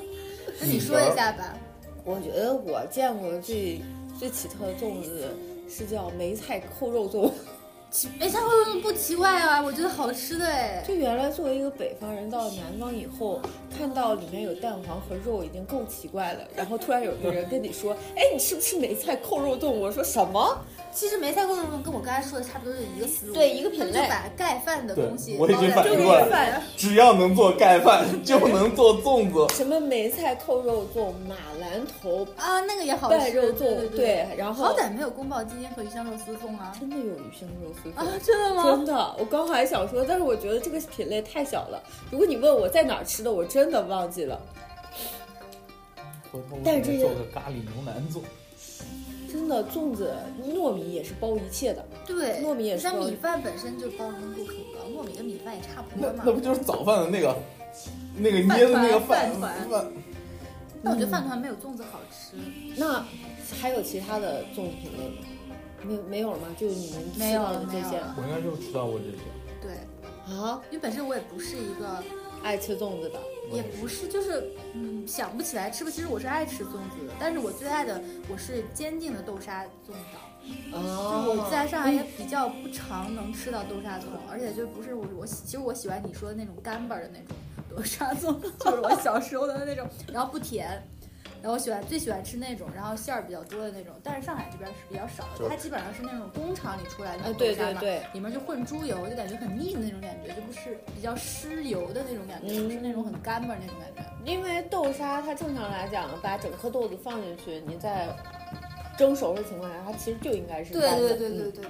[SPEAKER 1] 你说一下吧，
[SPEAKER 3] 我觉得我见过最最奇特的粽子是叫梅菜扣肉粽。
[SPEAKER 1] 梅菜扣肉不奇怪啊，我觉得好吃的哎。
[SPEAKER 3] 就原来作为一个北方人到了南方以后，看到里面有蛋黄和肉已经够奇怪了，然后突然有一个人跟你说：“哎，你吃不吃梅菜扣肉粽？”我说什么？
[SPEAKER 1] 其实梅菜扣肉跟我刚才说的差不多是一个思路，
[SPEAKER 3] 对一个品
[SPEAKER 1] 他们
[SPEAKER 3] 类
[SPEAKER 1] 就把盖饭的
[SPEAKER 2] 对
[SPEAKER 1] 东西
[SPEAKER 2] 我已经
[SPEAKER 1] 包在
[SPEAKER 2] 反应
[SPEAKER 1] 这
[SPEAKER 2] 过
[SPEAKER 1] 个
[SPEAKER 2] 来了
[SPEAKER 3] 饭
[SPEAKER 2] 只要能做盖饭，就能做粽子。
[SPEAKER 3] 什么梅菜扣肉粽、马兰头、
[SPEAKER 1] 啊，那个也好吃，
[SPEAKER 3] 拌肉粽，
[SPEAKER 1] 对
[SPEAKER 3] 然后
[SPEAKER 1] 好歹没有宫保鸡丁和鱼香肉丝粽啊。
[SPEAKER 3] 真的有鱼香肉丝
[SPEAKER 1] 啊
[SPEAKER 3] 粽。，
[SPEAKER 1] 真的吗？
[SPEAKER 3] 真的，我刚还想说，但是我觉得这个品类太小了。如果你问我在哪儿吃的，我真的忘记了。
[SPEAKER 2] 回头我
[SPEAKER 3] 但是这
[SPEAKER 2] 给你
[SPEAKER 3] 些
[SPEAKER 2] 做个咖喱牛腩粽，
[SPEAKER 3] 真的，粽子糯米也是包一切的，
[SPEAKER 1] 对，
[SPEAKER 3] 糯米也
[SPEAKER 1] 你
[SPEAKER 3] 是
[SPEAKER 1] 像
[SPEAKER 3] 包
[SPEAKER 1] 米饭本身就包容度很高，糯米跟米饭也差不
[SPEAKER 2] 那
[SPEAKER 1] 多嘛
[SPEAKER 2] 那。不就是早饭的那个那个捏的那个
[SPEAKER 1] 饭团饭
[SPEAKER 2] 饭
[SPEAKER 1] 但我觉得饭团没有粽子好吃。
[SPEAKER 3] 那还有其他的粽子品类吗？没没有了吗？就你们
[SPEAKER 1] 没
[SPEAKER 3] 吃
[SPEAKER 1] 有
[SPEAKER 3] 到
[SPEAKER 1] 了
[SPEAKER 3] 的这
[SPEAKER 1] 没有
[SPEAKER 3] 些
[SPEAKER 1] 了
[SPEAKER 2] 我应该就吃到过这些。
[SPEAKER 1] 对，
[SPEAKER 3] 啊？
[SPEAKER 1] 因为本身我也不是一个，
[SPEAKER 3] 爱吃粽子的，
[SPEAKER 2] 我
[SPEAKER 1] 也
[SPEAKER 2] 也是
[SPEAKER 1] 不是就是，嗯，想不起来吃不。其实我是爱吃粽子的，但是我最爱的我是坚定的豆沙粽岛。
[SPEAKER 3] 啊，
[SPEAKER 1] 就我在上海也比较不常能吃到豆沙粽，而且就不是我我喜其实我喜欢你说的那种干巴儿的那种豆沙粽， 就是我小时候的那种，然后不甜。然后我喜欢最喜欢吃那种，然后馅儿比较多的那种，但是上海这边是比较少
[SPEAKER 2] 就
[SPEAKER 1] 的，它
[SPEAKER 2] 是
[SPEAKER 1] 基本上是呃那种工厂里出来的
[SPEAKER 3] 啊
[SPEAKER 1] 那种
[SPEAKER 3] 对
[SPEAKER 1] 豆沙
[SPEAKER 3] 对
[SPEAKER 1] 嘛
[SPEAKER 3] 对
[SPEAKER 1] 里面就混猪油，就感觉很腻的那种感觉，就不是比较湿油的那种感觉，
[SPEAKER 3] 嗯
[SPEAKER 1] 不是那种很干巴儿那种感觉。
[SPEAKER 3] 因为豆沙它正常来讲，把整颗豆子放进去，你在蒸熟的情况下，它其实就应该是
[SPEAKER 1] 对
[SPEAKER 3] 干的
[SPEAKER 1] 对对对
[SPEAKER 3] 嗯
[SPEAKER 1] 对对对，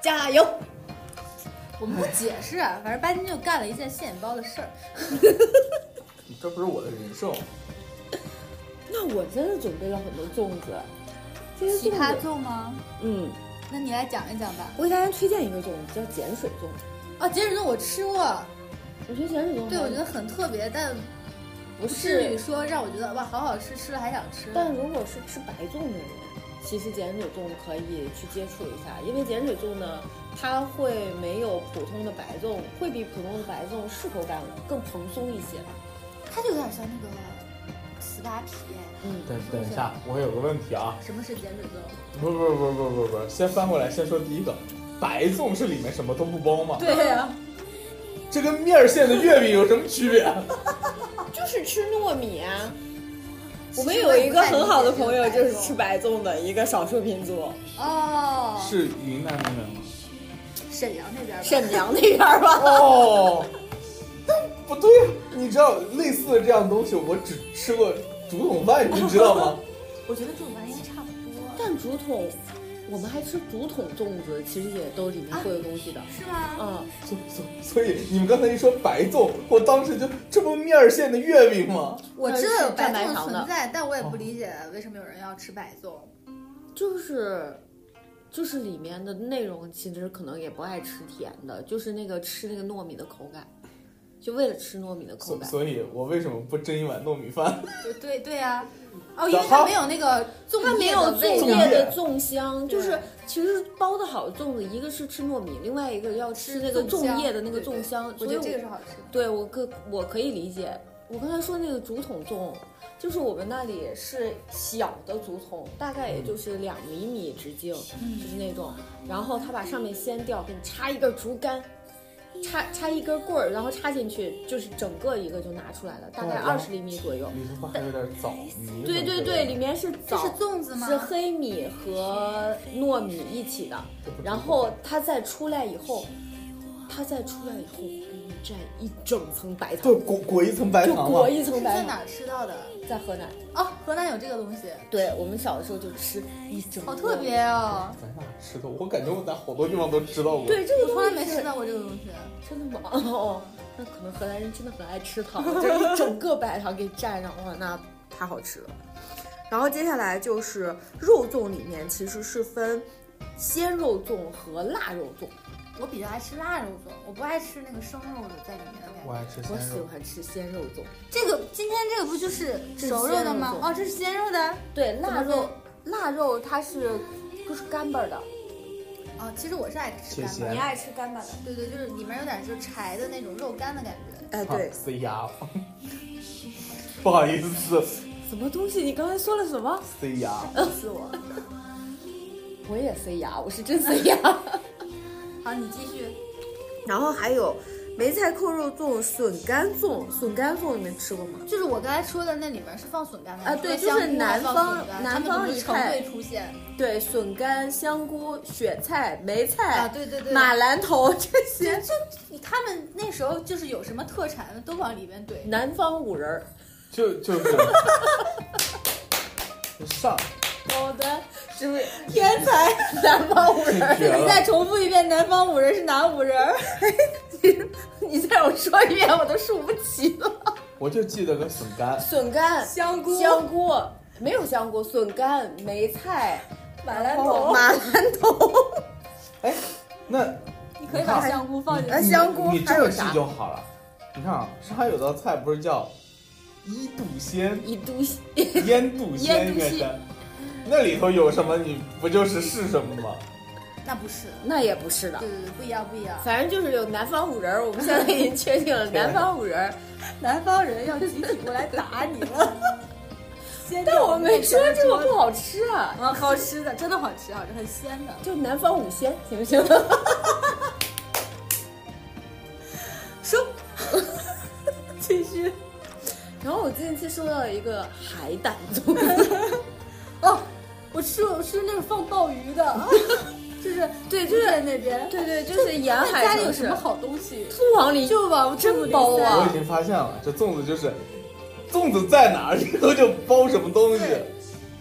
[SPEAKER 3] 加油！
[SPEAKER 1] 我们不解释啊，反正巴金就干了一件现眼包的事 儿。
[SPEAKER 2] 这不是我的人设吗，
[SPEAKER 3] 那我真的准备了很多粽子，这些
[SPEAKER 1] 其他
[SPEAKER 3] 粽子，
[SPEAKER 1] 粽吗？
[SPEAKER 3] 嗯，
[SPEAKER 1] 那你来讲一讲吧。
[SPEAKER 3] 我给大家推荐一个粽子，叫碱水粽。
[SPEAKER 1] 啊，碱水粽我吃过，
[SPEAKER 3] 我觉得碱水粽还，
[SPEAKER 1] 对我觉得很特别，但不
[SPEAKER 3] 不
[SPEAKER 1] 至
[SPEAKER 3] 是
[SPEAKER 1] 于说让我觉得哇好好吃，吃了还想吃。
[SPEAKER 3] 但如果是吃白粽的人，其实碱水粽可以去接触一下，因为碱水粽呢，它会没有普通的白粽，会比普通的白粽是口感更蓬松一些。
[SPEAKER 1] 它就有点像那个糍粑皮哎。
[SPEAKER 3] 嗯，
[SPEAKER 2] 等等一下，我有个问题啊！
[SPEAKER 1] 什么是碱水粽？
[SPEAKER 2] 不不不不不不，先翻过来，先说第一个，白粽是里面什么都不包吗？
[SPEAKER 1] 对
[SPEAKER 3] 啊
[SPEAKER 1] 呀、
[SPEAKER 2] 这跟面线的月饼有什么区别？
[SPEAKER 3] 就是吃糯米啊。
[SPEAKER 1] 其
[SPEAKER 3] 我
[SPEAKER 1] 实
[SPEAKER 3] 们有一个很好的朋友
[SPEAKER 1] 我也不太
[SPEAKER 3] 就是
[SPEAKER 1] 理解
[SPEAKER 3] 吃白粽的一个少数民族，
[SPEAKER 1] 哦，
[SPEAKER 2] 是云南那边吗？
[SPEAKER 1] 沈阳那边吧。
[SPEAKER 3] 沈阳那边儿吧。
[SPEAKER 2] 哦，但不对啊！你知道类似的这样东西，我只吃过竹筒饭，你知道吗？
[SPEAKER 1] 我觉得这种玩意应该差不多，
[SPEAKER 3] 但竹筒，我们还吃竹筒粽子，其实也都里面会有东西的。
[SPEAKER 1] 是吗？
[SPEAKER 3] 嗯，
[SPEAKER 2] 所所所以你们刚才一说白粽，我当时就这不面儿线的月饼吗？
[SPEAKER 1] 我知道有白粽
[SPEAKER 3] 蘸白
[SPEAKER 1] 的
[SPEAKER 3] 糖的
[SPEAKER 1] 存在，但我也不理解为什么有人要吃白粽。
[SPEAKER 3] 哦就是就是里面的内容其实可能也不爱吃甜的，就是那个吃那个糯米的口感，就为了吃糯米的口
[SPEAKER 2] 所
[SPEAKER 3] 感。
[SPEAKER 2] 所以，我为什么不蒸一碗糯米饭？
[SPEAKER 1] 就对对呀、哦，因为它没有那个粽
[SPEAKER 3] 它没有
[SPEAKER 1] 粽
[SPEAKER 3] 粽
[SPEAKER 2] 叶
[SPEAKER 3] 叶
[SPEAKER 2] 的
[SPEAKER 3] 的粽香，
[SPEAKER 1] 对
[SPEAKER 3] 就是其实包的好的粽子，一个是吃糯米，另外一个要吃那个
[SPEAKER 1] 粽香
[SPEAKER 3] 粽叶的那个
[SPEAKER 1] 对对
[SPEAKER 3] 粽香。
[SPEAKER 1] 我
[SPEAKER 3] 所
[SPEAKER 1] 觉
[SPEAKER 3] 以
[SPEAKER 1] 得这个
[SPEAKER 3] 我
[SPEAKER 1] 是好吃的。
[SPEAKER 3] 对我可我可以理解我刚才说那个竹筒粽，就是我们那里是小的竹筒，大概
[SPEAKER 2] 嗯
[SPEAKER 3] 也就是两厘米直径，
[SPEAKER 1] 嗯
[SPEAKER 3] 就是那种。然后他把上面掀掉，给你插一根竹竿，插插一根棍儿，然后插进去，就是整个一个就拿出来了，大概
[SPEAKER 2] 哦
[SPEAKER 3] 二十厘米左右。
[SPEAKER 2] 里头还有点枣泥。
[SPEAKER 3] 对对对，里面是
[SPEAKER 1] 这
[SPEAKER 3] 枣
[SPEAKER 1] 是，粽子吗？
[SPEAKER 3] 是黑米和糯米一起的。然后它再出来以后，它再出来以后，给你蘸一整层白糖
[SPEAKER 2] 就，裹裹一层白
[SPEAKER 3] 就
[SPEAKER 2] 糖
[SPEAKER 3] 裹
[SPEAKER 2] 嘛。
[SPEAKER 3] 一层白
[SPEAKER 1] 在
[SPEAKER 3] 糖
[SPEAKER 1] 哪。儿吃到的？
[SPEAKER 3] 在河南，
[SPEAKER 1] 哦，河南有这个东西，
[SPEAKER 3] 对我们小的时候就吃一整，
[SPEAKER 1] 好特。别哦！
[SPEAKER 2] 咱哪吃的？我感觉我在好多地方都知道过。
[SPEAKER 3] 对，这
[SPEAKER 1] 我
[SPEAKER 3] 个
[SPEAKER 1] 从来没
[SPEAKER 3] 东西
[SPEAKER 1] 吃
[SPEAKER 3] 是
[SPEAKER 1] 到过这个东西。
[SPEAKER 3] 真的吗？ 哦，那可能河南人真的很爱吃 糖，就是一整个白糖给你蘸上，哇，那太好吃了。然后接下来就是肉粽里面其实是分鲜肉粽和腊肉粽，
[SPEAKER 1] 我比较爱吃腊肉粽，我不爱吃那个生肉的在里面的感
[SPEAKER 2] 我
[SPEAKER 1] 觉。
[SPEAKER 2] 爱吃鲜
[SPEAKER 3] 我喜
[SPEAKER 2] 肉。
[SPEAKER 3] 欢吃鲜肉粽。
[SPEAKER 1] 这个今天这个不就是
[SPEAKER 3] 这是
[SPEAKER 1] 熟肉的吗
[SPEAKER 3] 鲜？肉粽
[SPEAKER 1] 哦，这是鲜肉的。
[SPEAKER 3] 对，腊
[SPEAKER 1] 怎么
[SPEAKER 3] 肉腊肉它是就是干巴儿的，
[SPEAKER 1] 哦，其实我是爱吃干巴
[SPEAKER 2] 谢谢
[SPEAKER 1] 的。
[SPEAKER 4] 你爱吃干巴的，
[SPEAKER 1] 对对，就是里面有点就是柴的那种肉干的感觉。
[SPEAKER 3] 哎，
[SPEAKER 2] 啊
[SPEAKER 3] 对，
[SPEAKER 2] 塞牙了。 不好意思，
[SPEAKER 3] 什么东西？你刚才说了什么？
[SPEAKER 2] 塞牙。
[SPEAKER 1] 气死我！
[SPEAKER 3] 我也塞牙，我是真塞牙。
[SPEAKER 1] 好，你继续。
[SPEAKER 3] 然后还有梅菜扣肉粽、笋干粽，笋干粽你们吃过吗？
[SPEAKER 1] 就是我刚才说的那里面是放笋干的
[SPEAKER 3] 啊对
[SPEAKER 1] 除了香菇
[SPEAKER 3] 就是南
[SPEAKER 1] 还放
[SPEAKER 3] 方
[SPEAKER 1] 笋干
[SPEAKER 3] 南
[SPEAKER 1] 他们
[SPEAKER 3] 方
[SPEAKER 1] 总是
[SPEAKER 3] 一
[SPEAKER 1] 成
[SPEAKER 3] 派
[SPEAKER 1] 对出现
[SPEAKER 3] 对，笋干、香菇、雪菜、梅菜、
[SPEAKER 1] 啊，对对对，
[SPEAKER 3] 马兰头这些。
[SPEAKER 1] 就他们那时候就是有什么特产的都往里面怼。
[SPEAKER 3] 南方五仁儿，
[SPEAKER 2] 就就是。 上
[SPEAKER 3] 好的，是不是天才？ 南方五仁儿，
[SPEAKER 2] 绝了
[SPEAKER 3] 你再重复一遍，南方五仁儿是哪五仁儿？ 你你再让我说一遍，我都数不齐了。
[SPEAKER 2] 我就记得个笋干，
[SPEAKER 3] 笋干、
[SPEAKER 4] 香菇
[SPEAKER 3] 香菇没有香菇，笋干、梅菜、
[SPEAKER 4] 马兰头，
[SPEAKER 3] 哦马兰头、
[SPEAKER 2] 哎，那啊
[SPEAKER 4] 你可以把香菇放进
[SPEAKER 3] 哎
[SPEAKER 4] 去。
[SPEAKER 3] 香菇
[SPEAKER 2] 你你
[SPEAKER 3] 还
[SPEAKER 2] 这
[SPEAKER 3] 有
[SPEAKER 2] 么记
[SPEAKER 3] 啥
[SPEAKER 2] 就好了。你看啊，上海有道菜不是叫伊肚鲜、
[SPEAKER 3] 一肚西
[SPEAKER 2] 腌肚鲜
[SPEAKER 3] 腌肚
[SPEAKER 2] 应
[SPEAKER 3] 鲜
[SPEAKER 2] 该是？那里头有什么？你不就是是什么吗？
[SPEAKER 1] 那不是，
[SPEAKER 3] 那也不是的
[SPEAKER 1] 对。对对，不一样不一样。
[SPEAKER 3] 反正就是有南方五仁儿，我们现在已经确 定了南方五仁儿。
[SPEAKER 4] 南方人要集体过来 打你了。
[SPEAKER 3] 但我没说这个不好吃啊，
[SPEAKER 4] 啊，好吃的，真的好吃，好啊吃，很鲜的。
[SPEAKER 3] 就南方五鲜行不行？ 说， 继续。然后我近期收到了一个海胆粽，
[SPEAKER 4] 哦，我吃我吃那个放鲍鱼的，啊就是
[SPEAKER 3] 对，就
[SPEAKER 4] 就是
[SPEAKER 3] 是
[SPEAKER 4] 在那边。
[SPEAKER 3] 对对，就是沿
[SPEAKER 4] 那
[SPEAKER 3] 海
[SPEAKER 4] 家里
[SPEAKER 3] 城
[SPEAKER 4] 有什
[SPEAKER 3] 市
[SPEAKER 4] 么，好东西？
[SPEAKER 3] 不往里
[SPEAKER 4] 就往肚
[SPEAKER 3] 真
[SPEAKER 4] 里
[SPEAKER 3] 包
[SPEAKER 4] 塞
[SPEAKER 2] 我
[SPEAKER 3] 啊
[SPEAKER 2] 已！经发现了，这粽子就是粽子在哪儿 里头就包什么东西。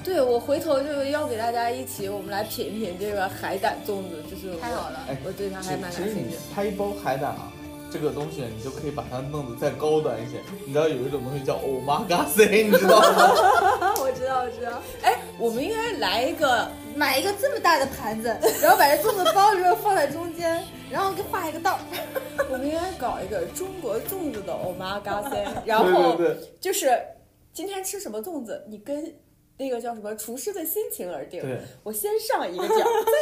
[SPEAKER 3] 对，我回头就要给大家一起，我们来品一品这个海胆粽子，就是
[SPEAKER 1] 太好
[SPEAKER 3] 我
[SPEAKER 1] 了，
[SPEAKER 2] 哎
[SPEAKER 3] 我对它
[SPEAKER 2] 其
[SPEAKER 3] 还蛮
[SPEAKER 2] 其
[SPEAKER 3] 感
[SPEAKER 2] 实
[SPEAKER 3] 兴
[SPEAKER 2] 你
[SPEAKER 3] 趣。
[SPEAKER 2] 它一包海胆啊，这个东西你就可以把它弄得再高端一些。你知道有一种东西叫 omakase，你知道吗？
[SPEAKER 4] 啊， 我知道，我知道。
[SPEAKER 3] 哎，我们应该来一 个
[SPEAKER 1] 买一个这么大的盘子，然后把这粽子包着放在中间，然后给画一个道。
[SPEAKER 3] 我们应该搞一个中国粽子的 omakase，然
[SPEAKER 2] 对对
[SPEAKER 3] 后
[SPEAKER 2] 对。
[SPEAKER 3] 就是今天吃什么粽子，你跟那个叫什么厨师的心情而定。
[SPEAKER 2] 对
[SPEAKER 3] 我先上一个 角，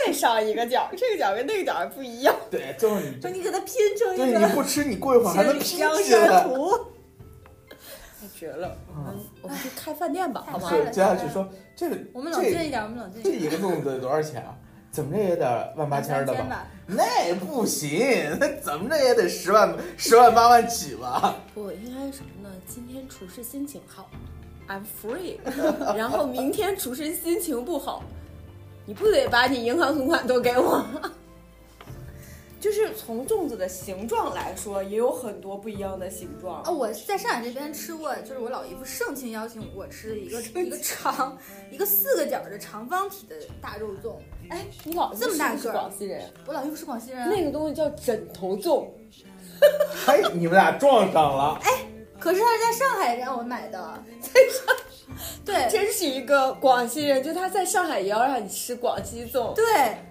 [SPEAKER 3] 再上一个角，这个角跟那个角还不一样。
[SPEAKER 2] 对，就是你这，
[SPEAKER 4] 你给它拼成一
[SPEAKER 2] 对你
[SPEAKER 4] 个
[SPEAKER 2] 不吃，你过一会儿还能拼
[SPEAKER 3] 江
[SPEAKER 2] 起来
[SPEAKER 3] 山。图，太绝了！
[SPEAKER 2] 嗯
[SPEAKER 3] 我们我们去开饭店吧，好吗？
[SPEAKER 2] 是，接下去说这个，
[SPEAKER 1] 我们冷静
[SPEAKER 2] 这
[SPEAKER 1] 一点，我们冷静
[SPEAKER 2] 这
[SPEAKER 1] 一点。
[SPEAKER 2] 一个粽子多少钱啊？怎么着也得万八千儿的
[SPEAKER 1] 三千
[SPEAKER 2] 吧？？那也不行，那怎么着也得十万、十万八万起吧？
[SPEAKER 3] 我应该什么呢？今天厨师心情好，I'm free。然后明天厨师心情不好，你不得把你银行存款都给 我？
[SPEAKER 4] 就是从粽子的形状来说，也有很多不一样的形状
[SPEAKER 1] 哦，。我在上海这边吃过，就是我老姨夫盛情邀请我吃的一个一个长一个四个角儿的长方体的大肉粽。
[SPEAKER 3] 哎，你老
[SPEAKER 1] 这么大
[SPEAKER 3] 是不是
[SPEAKER 1] 个儿
[SPEAKER 3] 广西人，
[SPEAKER 1] 我老姨夫是广西人啊，
[SPEAKER 3] 那个东西叫枕头粽，
[SPEAKER 2] 哎，你们俩撞上了，
[SPEAKER 1] 可是他是在上海让我买 的，在上，对
[SPEAKER 3] 真是一个广西人，就他在上海也要让你吃广西粽。
[SPEAKER 1] 对，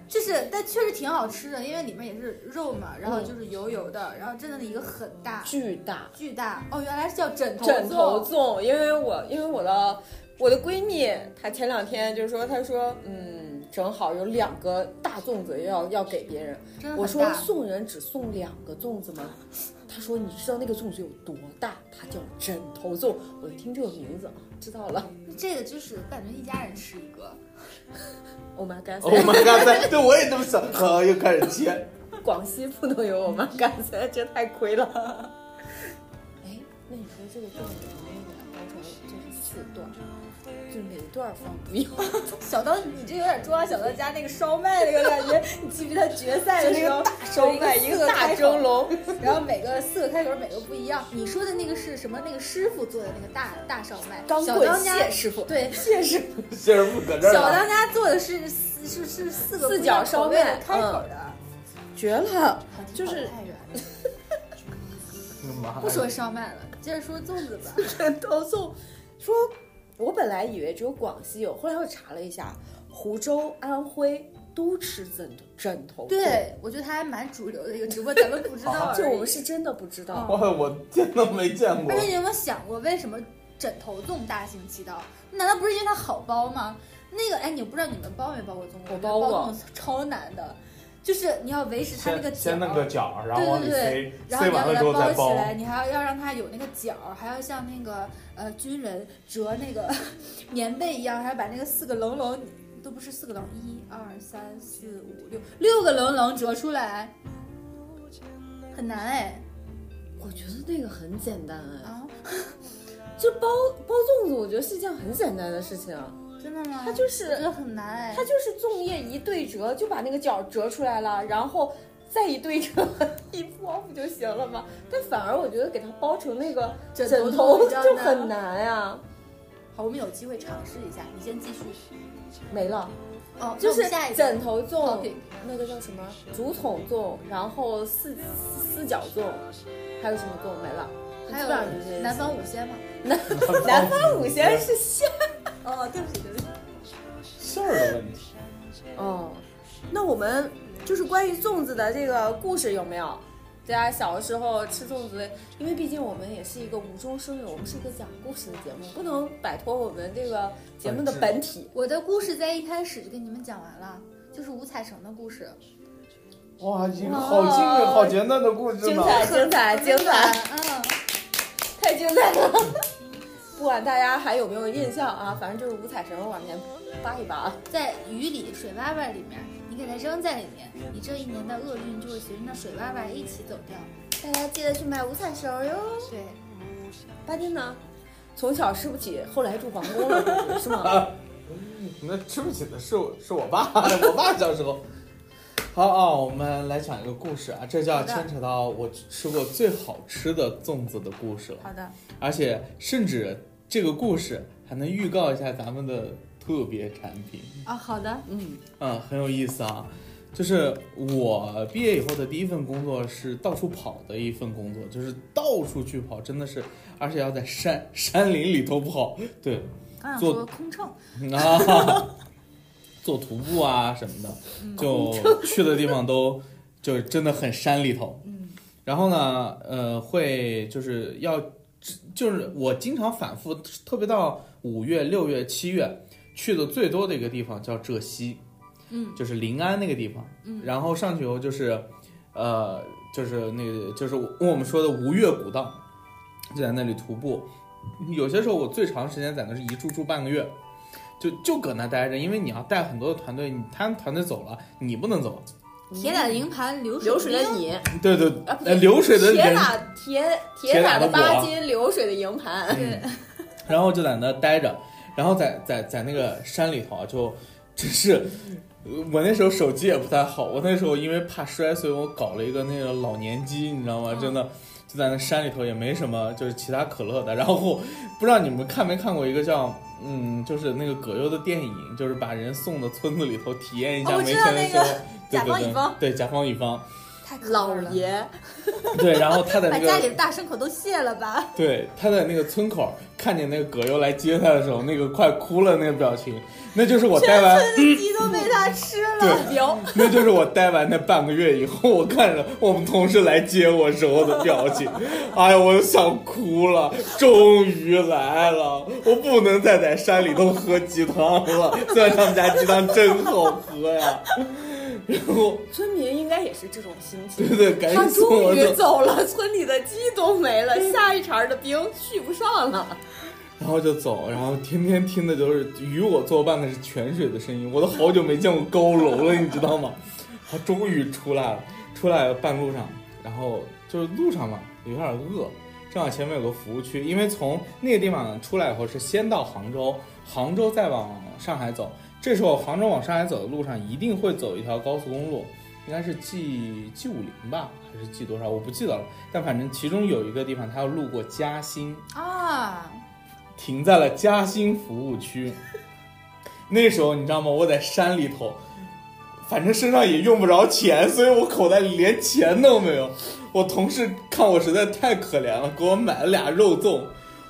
[SPEAKER 1] 就是但确实挺好吃的，因为里面也是肉嘛，然后就是油油的，然后真的一个很大
[SPEAKER 3] 巨大
[SPEAKER 1] 巨大哦，原来是叫枕头
[SPEAKER 3] 枕头
[SPEAKER 1] 粽
[SPEAKER 3] 粽，因为我因为我的我我的闺蜜她前两天就是说，她说，嗯，正好有两个大粽子要要给别人，
[SPEAKER 1] 真的
[SPEAKER 3] 我
[SPEAKER 1] 很
[SPEAKER 3] 说
[SPEAKER 1] 大。
[SPEAKER 3] 送人只送两个粽子吗？她说你知道那个粽子有多大？它叫枕头粽。我一听这个名字啊，知道了。
[SPEAKER 1] 这个就是感觉一家人吃一个，
[SPEAKER 3] Oh my god！
[SPEAKER 2] Oh
[SPEAKER 1] 哦
[SPEAKER 2] my god！对，我也这么想，好，又开始接。
[SPEAKER 3] 广西不能有我妈干菜， 这太亏了。哎，那你说这个粽子那个包成就是四段，就是每段放不一样，
[SPEAKER 4] 小刀，你这有点中央小刀家那个烧麦那个感 觉，你记不记得决赛的时候，
[SPEAKER 3] 烧麦一个大蒸笼。
[SPEAKER 1] 然后每个四个开头每个不一样。你说的那个是什么？那个师傅做的那个大大烧麦，
[SPEAKER 3] 钢
[SPEAKER 1] 小
[SPEAKER 3] 棍
[SPEAKER 1] 当家
[SPEAKER 3] 蟹师傅，
[SPEAKER 1] 对，
[SPEAKER 2] 谢师傅搁这儿
[SPEAKER 1] 小
[SPEAKER 2] 了，
[SPEAKER 1] 当家做的是四是是四个
[SPEAKER 3] 四角
[SPEAKER 1] 不一样口
[SPEAKER 3] 烧
[SPEAKER 1] 味的
[SPEAKER 3] 麦
[SPEAKER 1] 开口
[SPEAKER 3] 嗯
[SPEAKER 1] 的，
[SPEAKER 3] 绝了！就
[SPEAKER 1] 跑
[SPEAKER 3] 是
[SPEAKER 1] 得太远了。
[SPEAKER 2] 妈呀
[SPEAKER 1] 不说烧麦了，接着说粽子吧。
[SPEAKER 3] 枕头粽，说我本来以为只有广西有，后来我查了一下，湖州、安徽都吃枕头枕头粽，
[SPEAKER 1] 对，哦我觉得他还蛮主流的一个，只不过咱们不知道而已。
[SPEAKER 3] 就我们是真的不知道。
[SPEAKER 2] 哇， 我见都没见过
[SPEAKER 1] 而。且你有没有想过，为什么枕头粽大行其道？难道不是因为它好包吗？那个，哎，你不知道你们包没包过粽子？
[SPEAKER 3] 我
[SPEAKER 1] 觉得
[SPEAKER 3] 包
[SPEAKER 1] 包
[SPEAKER 3] 过
[SPEAKER 1] 粽子超难的，就是你要维持它那个
[SPEAKER 2] 先
[SPEAKER 1] 角
[SPEAKER 2] 先弄个角儿，然后
[SPEAKER 1] 对
[SPEAKER 2] 往
[SPEAKER 1] 对
[SPEAKER 2] 里
[SPEAKER 1] 对然后
[SPEAKER 2] 塞，，塞
[SPEAKER 1] 你要
[SPEAKER 2] 完
[SPEAKER 1] 给
[SPEAKER 2] 了
[SPEAKER 1] 它
[SPEAKER 2] 之后再
[SPEAKER 1] 起
[SPEAKER 2] 包。
[SPEAKER 1] 来，你还要要让它有那个角儿，还要像那个呃军人折那个 棉被一样，还要把那个四个棱棱都不是四个棱，一二三四五六六个棱棱折出来，很难哎
[SPEAKER 3] 我觉得那个很简单哎，
[SPEAKER 1] 啊！
[SPEAKER 3] 就包包粽子，我觉得是一件很简单的事情啊。
[SPEAKER 1] 真的吗？
[SPEAKER 3] 它就
[SPEAKER 1] 我觉
[SPEAKER 3] 是
[SPEAKER 1] 得很难哎
[SPEAKER 3] 它，就是粽叶一对折，就把那个角折出来了，然后再一对折， 一包不就行了吗？但反而我觉得给它包成那个
[SPEAKER 1] 枕头
[SPEAKER 3] 枕头
[SPEAKER 1] 比较
[SPEAKER 3] 就
[SPEAKER 1] 难
[SPEAKER 3] 很难呀、
[SPEAKER 1] 好，我们有机会尝试一下，你先继续。
[SPEAKER 3] 没了。
[SPEAKER 1] 哦，
[SPEAKER 3] 就是
[SPEAKER 1] 那我们下一个
[SPEAKER 3] 枕头粽
[SPEAKER 1] topic，
[SPEAKER 3] 那个叫什么竹筒粽，然后四四角粽，还有什么粽没了？
[SPEAKER 1] 还有
[SPEAKER 3] 基本上就这些
[SPEAKER 1] 南方五仙嘛。
[SPEAKER 3] 南方五仙是馅。
[SPEAKER 1] 哦，对不起对不起，
[SPEAKER 2] 馅儿的问题，
[SPEAKER 3] 哦，那我们就是关于粽子的这个故事有没有？大家小的时候吃粽子，因为毕竟我们也是一个无中生有，我们是一个讲故事的节目，不能摆脱我们这个节目的本体。
[SPEAKER 1] 我的故事在一开始就跟你们讲完了，就是五彩绳的故事。
[SPEAKER 2] 哇，一个
[SPEAKER 1] 哦
[SPEAKER 2] 好精美、好简单的故事
[SPEAKER 3] 精
[SPEAKER 2] 呢。
[SPEAKER 3] 彩，精彩，精彩！
[SPEAKER 1] 嗯，
[SPEAKER 3] 太精彩了！ 不管大家还有没有印象啊，反正就是五彩绳往前扒一扒啊。
[SPEAKER 1] 在雨里水洼洼里面，你给它扔在里面，你这一年的厄运就会随着那水洼洼一起走掉。
[SPEAKER 3] 大家记得去买五彩绳哟。
[SPEAKER 1] 对，
[SPEAKER 3] 巴金呢？从小吃不起，后来住皇宫了，是吗？
[SPEAKER 2] 那吃不起的是我是我爸， 我爸小时候。好啊，我们来讲一个故事啊，这就要牵扯到我吃过最好吃的粽子的故事了。
[SPEAKER 1] 好的，
[SPEAKER 2] 而且甚至这个故事还能预告一下咱们的特别产品，
[SPEAKER 1] 啊，好的，
[SPEAKER 3] 嗯，
[SPEAKER 2] 嗯，很有意思啊。就是我毕业以后的第一份工作是到处跑的一份工作，就是到处去跑，真的是，而且要在山山林里头跑，对，
[SPEAKER 1] 刚想
[SPEAKER 2] 做
[SPEAKER 1] 说空乘，
[SPEAKER 2] 啊， 做徒步啊什么
[SPEAKER 1] 嗯
[SPEAKER 2] 的，就去的地方都就真的很山里头。
[SPEAKER 1] 嗯，
[SPEAKER 2] 然后呢，呃，会就是要就是我经常反复，特别到五月、六月、七月去的最多的一个地方叫浙西，
[SPEAKER 1] 嗯，
[SPEAKER 2] 就是临安那个地方。
[SPEAKER 1] 嗯，
[SPEAKER 2] 然后上去以后就是，呃，就是那个就是我我们说的吴越古道，就在那里徒步。有些时候我最长时间在那是一住住半个月，就就搁那待着，因为你要带很多的团队，你他们团队走了，你不能走。
[SPEAKER 1] 铁打的营盘流水
[SPEAKER 3] 嗯流水的
[SPEAKER 1] 兵
[SPEAKER 3] 你，
[SPEAKER 2] 对对，
[SPEAKER 3] 啊不对
[SPEAKER 2] 呃，流水的
[SPEAKER 3] 铁
[SPEAKER 2] 人，
[SPEAKER 3] 打铁铁
[SPEAKER 2] 铁
[SPEAKER 3] 打
[SPEAKER 2] 打
[SPEAKER 3] 的
[SPEAKER 2] 的嗯
[SPEAKER 3] 巴
[SPEAKER 2] 我
[SPEAKER 3] 金，流水的营盘。
[SPEAKER 1] 对，
[SPEAKER 2] 然后就在那待着，然后在在在那个山里头啊，就只是。呃我那时候手机也不太好，我那时候因为怕摔，所以我搞了一个那个老年机，你知道吗？
[SPEAKER 1] 嗯
[SPEAKER 2] 真的就在那山里头也没什么，就是其他可乐的。然后不知道你们看没看过一个叫嗯，就是那个葛优的电影，就是把人送到村子里头体验一下
[SPEAKER 1] 哦我
[SPEAKER 2] 没
[SPEAKER 1] 知道
[SPEAKER 2] 钱的
[SPEAKER 1] 那
[SPEAKER 2] 时候，
[SPEAKER 1] 个甲方乙方
[SPEAKER 2] 对对对，对甲方乙方。
[SPEAKER 1] 太可
[SPEAKER 3] 老
[SPEAKER 1] 味了。
[SPEAKER 3] 爷
[SPEAKER 2] 对，然后他在
[SPEAKER 1] 把
[SPEAKER 2] 那
[SPEAKER 1] 家里
[SPEAKER 2] 个
[SPEAKER 1] 的大牲口都卸了吧，
[SPEAKER 2] 对他在那个村口看见那个葛优来接他的时候，那个快哭了那个表情，那就是我待完
[SPEAKER 1] 鸡都被他吃 了。
[SPEAKER 2] 对，
[SPEAKER 3] 有，
[SPEAKER 2] 那就是我待完那半个月以后，我看着我们同事来接我时候的表情，哎呀，我都想哭了，终于来了，我不能再在山里头喝鸡汤了，虽然他们家鸡汤真好喝呀。 然后，
[SPEAKER 3] 村民应该也是这种心情。
[SPEAKER 2] 对对，赶
[SPEAKER 3] 他
[SPEAKER 2] 紧送
[SPEAKER 3] 终
[SPEAKER 2] 我
[SPEAKER 3] 于
[SPEAKER 2] 走。
[SPEAKER 3] 走了，村里的鸡都没了，
[SPEAKER 1] 嗯
[SPEAKER 3] 下一茬的兵续不上了。
[SPEAKER 2] 然后就走，然后天天听的就是与我作伴的是泉水的声音，我都好久没见过高楼了，你知道吗？ 他终于出来了，出来了半路上，然后就是路上嘛，有点饿，正好前面有个服务区，因为从那个地方出来以后是先到杭州，杭州再往上海走，这时候杭州往上海走的路上一定会走一条高速公路。应该是 G G 五零吧，还是 G 多少？我不记得了。但反正其中有一个地方，它要路过嘉兴，
[SPEAKER 1] 啊，
[SPEAKER 2] 停在了嘉兴服务区。那时候你知道吗？我在山里头，反正身上也用不着钱，所以我口袋里连钱都没有。我同事看我实在太可怜了，给我买了俩肉粽，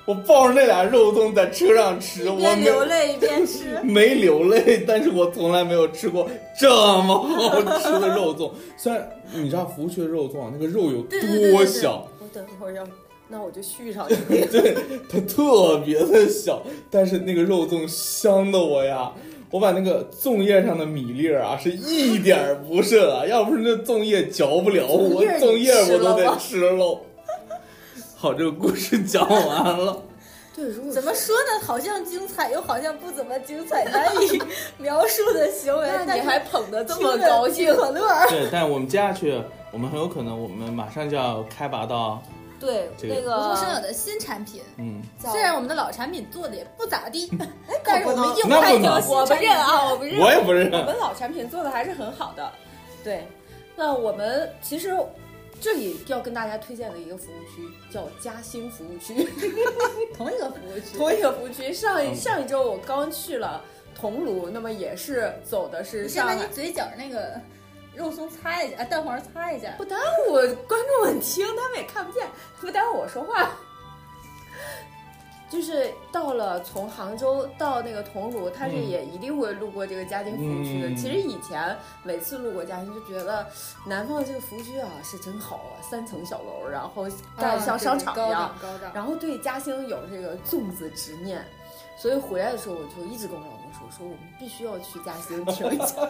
[SPEAKER 2] 我抱着那俩肉粽在车上吃，我
[SPEAKER 3] 边
[SPEAKER 2] 没，
[SPEAKER 3] 流泪一边吃
[SPEAKER 2] 没流泪，但是我从来没有吃过这么好吃的肉粽。虽然你知道服务区的肉粽啊那个肉有
[SPEAKER 1] 对对对对
[SPEAKER 2] 多
[SPEAKER 1] 对
[SPEAKER 2] 小，
[SPEAKER 6] 我等会儿要，那我就续上。
[SPEAKER 2] 对，它特别的小，但是那个肉粽香的我呀，我把那个粽叶上的米粒儿啊，是一点儿不剩啊，要不是那粽叶嚼不了我，粽叶我都得吃喽。好，这个故事讲完了，
[SPEAKER 1] 对，如果怎么说呢？好像精彩，又好像不怎么精彩，难 以描述的行为。
[SPEAKER 3] 那
[SPEAKER 1] 但
[SPEAKER 3] 你
[SPEAKER 1] 是
[SPEAKER 3] 还捧得这
[SPEAKER 1] 听
[SPEAKER 3] 么
[SPEAKER 1] 着
[SPEAKER 3] 高
[SPEAKER 1] 挺
[SPEAKER 3] 兴？
[SPEAKER 1] 可乐儿。
[SPEAKER 2] 对，但我们接下去，我们很有可能，我们马上就要开拔到，
[SPEAKER 3] 对，
[SPEAKER 2] 这个
[SPEAKER 3] 那
[SPEAKER 1] 无中生有
[SPEAKER 3] 个
[SPEAKER 1] 的新产品，
[SPEAKER 2] 嗯，
[SPEAKER 1] 虽然我们的老产品做的也不咋地，但是我们硬
[SPEAKER 2] 那
[SPEAKER 1] 开
[SPEAKER 2] 不
[SPEAKER 1] 条
[SPEAKER 2] 能
[SPEAKER 1] 新
[SPEAKER 3] 我不
[SPEAKER 1] 产品
[SPEAKER 3] 认 啊，我不认。
[SPEAKER 2] 我也不认
[SPEAKER 3] 我们老产品做的还是很好的。对，那我们其实这里要跟大家推荐的一个服务区叫嘉兴服务区，
[SPEAKER 1] 同一个服务区。
[SPEAKER 3] 同一个服务区。上一上一周我刚去了桐庐，那么也是走的是
[SPEAKER 1] 你先
[SPEAKER 3] 上
[SPEAKER 1] 把
[SPEAKER 3] 海
[SPEAKER 1] 你。嘴角那个肉松擦一下，啊，蛋黄擦一下。
[SPEAKER 3] 不耽误我观众们听，他们也看不见，不耽误我说话。 就是到了从杭州到那个桐庐，它是
[SPEAKER 2] 嗯
[SPEAKER 3] 也一定会路过这个嘉兴服务区的。
[SPEAKER 2] 嗯
[SPEAKER 3] 其实以前每次路过嘉兴，就觉得南方这个服务区啊是真好啊，三层小楼，然后盖得像商场一样。
[SPEAKER 1] 啊，对对高档高档。
[SPEAKER 3] 然后对嘉兴有这个粽子执念，所以回来的时候我就一直跟我老公说，说我们必须要去嘉兴停一下。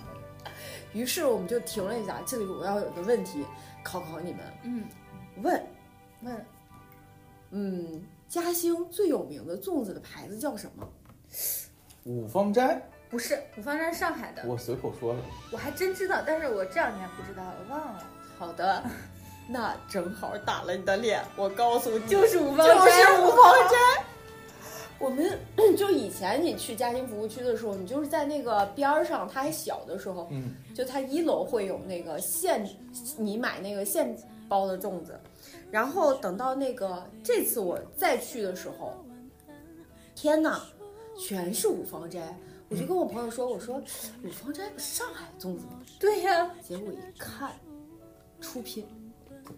[SPEAKER 3] 于是我们就停了一下，这里我要有个问题考考你们，
[SPEAKER 1] 嗯，
[SPEAKER 3] 问，
[SPEAKER 1] 问
[SPEAKER 3] 嗯，嘉兴最有名的粽子的牌子叫什么？
[SPEAKER 2] 五芳斋，
[SPEAKER 1] 不是，我放在上海的，
[SPEAKER 2] 我随口说的，
[SPEAKER 1] 我还真知道，但是我这两年不知道了，我忘了。
[SPEAKER 3] 好的， 那正好打了你的脸，我告诉你，就是五
[SPEAKER 1] 芳斋
[SPEAKER 3] 就是五芳斋。我们 就以前你去嘉兴服务区的时候，你就是在那个边儿上，它还小的时候，
[SPEAKER 2] 嗯，
[SPEAKER 3] 就它一楼会有那个现，你买那个现包的粽子，然后等到那个这次我再去的时候，天呐，全是五芳斋！我就跟我朋友说，我说五芳斋不是上海粽子吗？
[SPEAKER 1] 对呀、
[SPEAKER 3] 结果一看，出品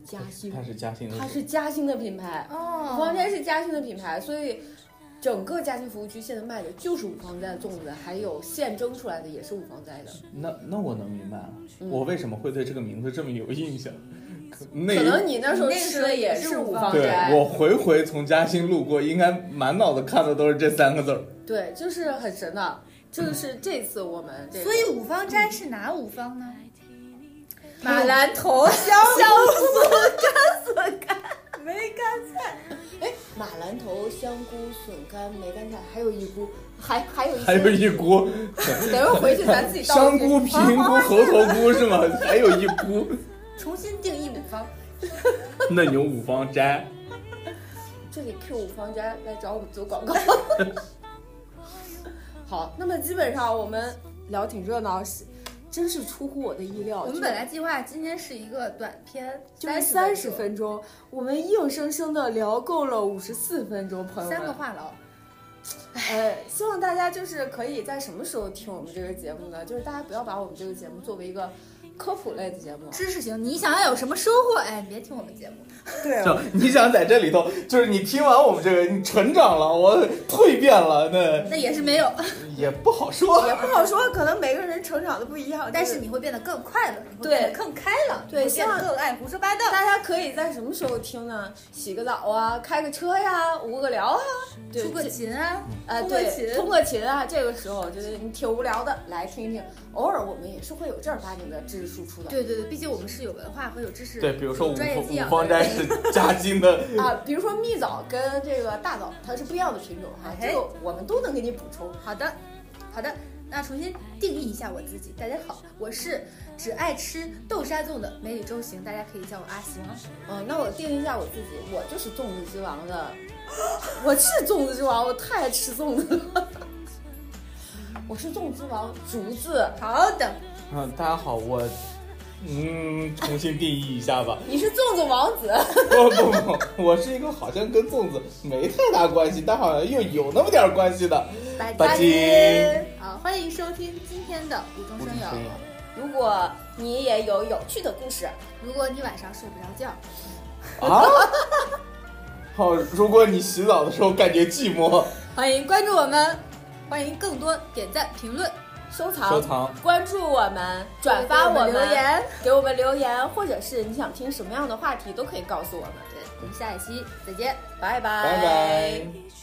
[SPEAKER 3] 嘉兴，
[SPEAKER 2] 它是嘉兴的，
[SPEAKER 3] 它是嘉兴的品牌，
[SPEAKER 1] 哦
[SPEAKER 3] 五芳斋是嘉兴的品牌，所以。整个嘉兴服务区现在卖的就是五芳斋的粽子，还有现蒸出来的也是五芳斋的。
[SPEAKER 2] 那那我能明白了，
[SPEAKER 3] 嗯
[SPEAKER 2] 我为什么会对这个名字这么有印象？可那
[SPEAKER 3] 可
[SPEAKER 2] 一
[SPEAKER 3] 能你那时候
[SPEAKER 1] 你那个
[SPEAKER 3] 吃
[SPEAKER 1] 时候
[SPEAKER 3] 的也
[SPEAKER 1] 也是
[SPEAKER 3] 五
[SPEAKER 1] 五
[SPEAKER 3] 芳
[SPEAKER 1] 芳
[SPEAKER 2] 对
[SPEAKER 3] 斋，
[SPEAKER 2] 我回回从嘉兴路过，应该满脑子看的都是这三个字儿。
[SPEAKER 3] 对，就是很神的。
[SPEAKER 2] 嗯
[SPEAKER 3] 就是这次我们这个，
[SPEAKER 1] 所以五芳斋是哪五芳呢？
[SPEAKER 3] 马兰头香
[SPEAKER 1] 梅干
[SPEAKER 3] 哎马兰头、香菇、笋干、梅干菜，还有一股，还还有一些
[SPEAKER 2] 还有一锅
[SPEAKER 3] 等会儿回去咱自己倒
[SPEAKER 2] 香
[SPEAKER 3] 进去
[SPEAKER 2] 菇、平菇、猴头菇是吗？还有一 菇，
[SPEAKER 1] 重新定义五芳。
[SPEAKER 2] 那有五芳斋。
[SPEAKER 3] 这里 Q 五方斋来找我们做广告。 好，那么基本上我们聊挺热闹，是真是出乎我的意料。
[SPEAKER 1] 我们
[SPEAKER 3] 就
[SPEAKER 1] 本来计划今天是一个短片，
[SPEAKER 3] 就是三
[SPEAKER 1] 三
[SPEAKER 3] 十分钟，我们硬生生的聊够了五十四分钟，哦朋友们。
[SPEAKER 1] 三个话痨。
[SPEAKER 3] 呃，希望大家就是可以在什么时候听我们这个节目呢？就是大家不要把我们这个节目作为一个科普类的节目。
[SPEAKER 1] 知识型，你想要有什么收获？哎，别听我们节目，
[SPEAKER 7] 对
[SPEAKER 2] 就你想在这里头，就是你听完我们这个，你成长了，我蜕变了，那
[SPEAKER 1] 那也是没有，
[SPEAKER 2] 也不好说。
[SPEAKER 7] 也不好说，可能每个人成长的不一样。
[SPEAKER 1] 但
[SPEAKER 7] 就是
[SPEAKER 1] 你会变得更快乐，你会
[SPEAKER 3] 对
[SPEAKER 1] 变得更开朗，
[SPEAKER 3] 对
[SPEAKER 1] 你会变
[SPEAKER 3] 希
[SPEAKER 1] 得
[SPEAKER 3] 望
[SPEAKER 1] 更爱胡说八道。
[SPEAKER 3] 大家可以在什么时候听呢？洗个澡啊，开个车呀，舞个聊啊，对
[SPEAKER 1] 出个
[SPEAKER 3] 这
[SPEAKER 1] 勤啊，
[SPEAKER 3] 呃，
[SPEAKER 1] 通过
[SPEAKER 3] 对，
[SPEAKER 1] 琴
[SPEAKER 3] 通过琴啊，这个时候就是你挺无聊的，来听一听。偶尔我们也是会有正儿八经的知识输出的。
[SPEAKER 1] 对对对，毕竟我们是有文化和有知识，
[SPEAKER 2] 对，比如说
[SPEAKER 1] 有
[SPEAKER 2] 五
[SPEAKER 1] 专业
[SPEAKER 2] 峰
[SPEAKER 1] 素养
[SPEAKER 2] 五
[SPEAKER 1] 的
[SPEAKER 2] 方斋是扎金 的，
[SPEAKER 3] 啊，比如说蜜枣跟这个大枣，它是不一样的品种哈，
[SPEAKER 1] 哎
[SPEAKER 3] 这个我们都能给你补充。
[SPEAKER 1] 好的，好的，那重新定义一下我自己。大家好，我是只爱吃豆沙粽的梅里周行，大家可以叫我阿行。啊
[SPEAKER 3] 嗯，那我定义一下我自己，我就是粽子之王的，我是粽子之王，我太爱吃粽子了。我是粽子之王，竹子。
[SPEAKER 1] 好的，
[SPEAKER 2] 嗯，大家好，我嗯，重新定义一下吧。哦
[SPEAKER 3] 你是粽子王子，
[SPEAKER 2] 不不不，我是一个好像跟粽子没太大关系，但好像又有那么点儿关系的。
[SPEAKER 1] 拜
[SPEAKER 2] 拜金。
[SPEAKER 1] 好，啊欢迎收听今天的无中生有。
[SPEAKER 3] 如果你也有有趣的故事，
[SPEAKER 1] 如果你晚上睡不着觉，
[SPEAKER 2] 啊！ 好，如果你洗澡的时候感觉寂寞，
[SPEAKER 1] 欢迎关注我们，欢迎更多点赞、评论、
[SPEAKER 3] 收藏、
[SPEAKER 2] 收藏
[SPEAKER 3] 关注我们、转发我们、
[SPEAKER 1] 留言。
[SPEAKER 3] 给我们留言，或者是你想听什么样的话题，都可以告诉我们。
[SPEAKER 1] 对，我们下一期再见。
[SPEAKER 3] 拜拜，
[SPEAKER 2] 拜拜。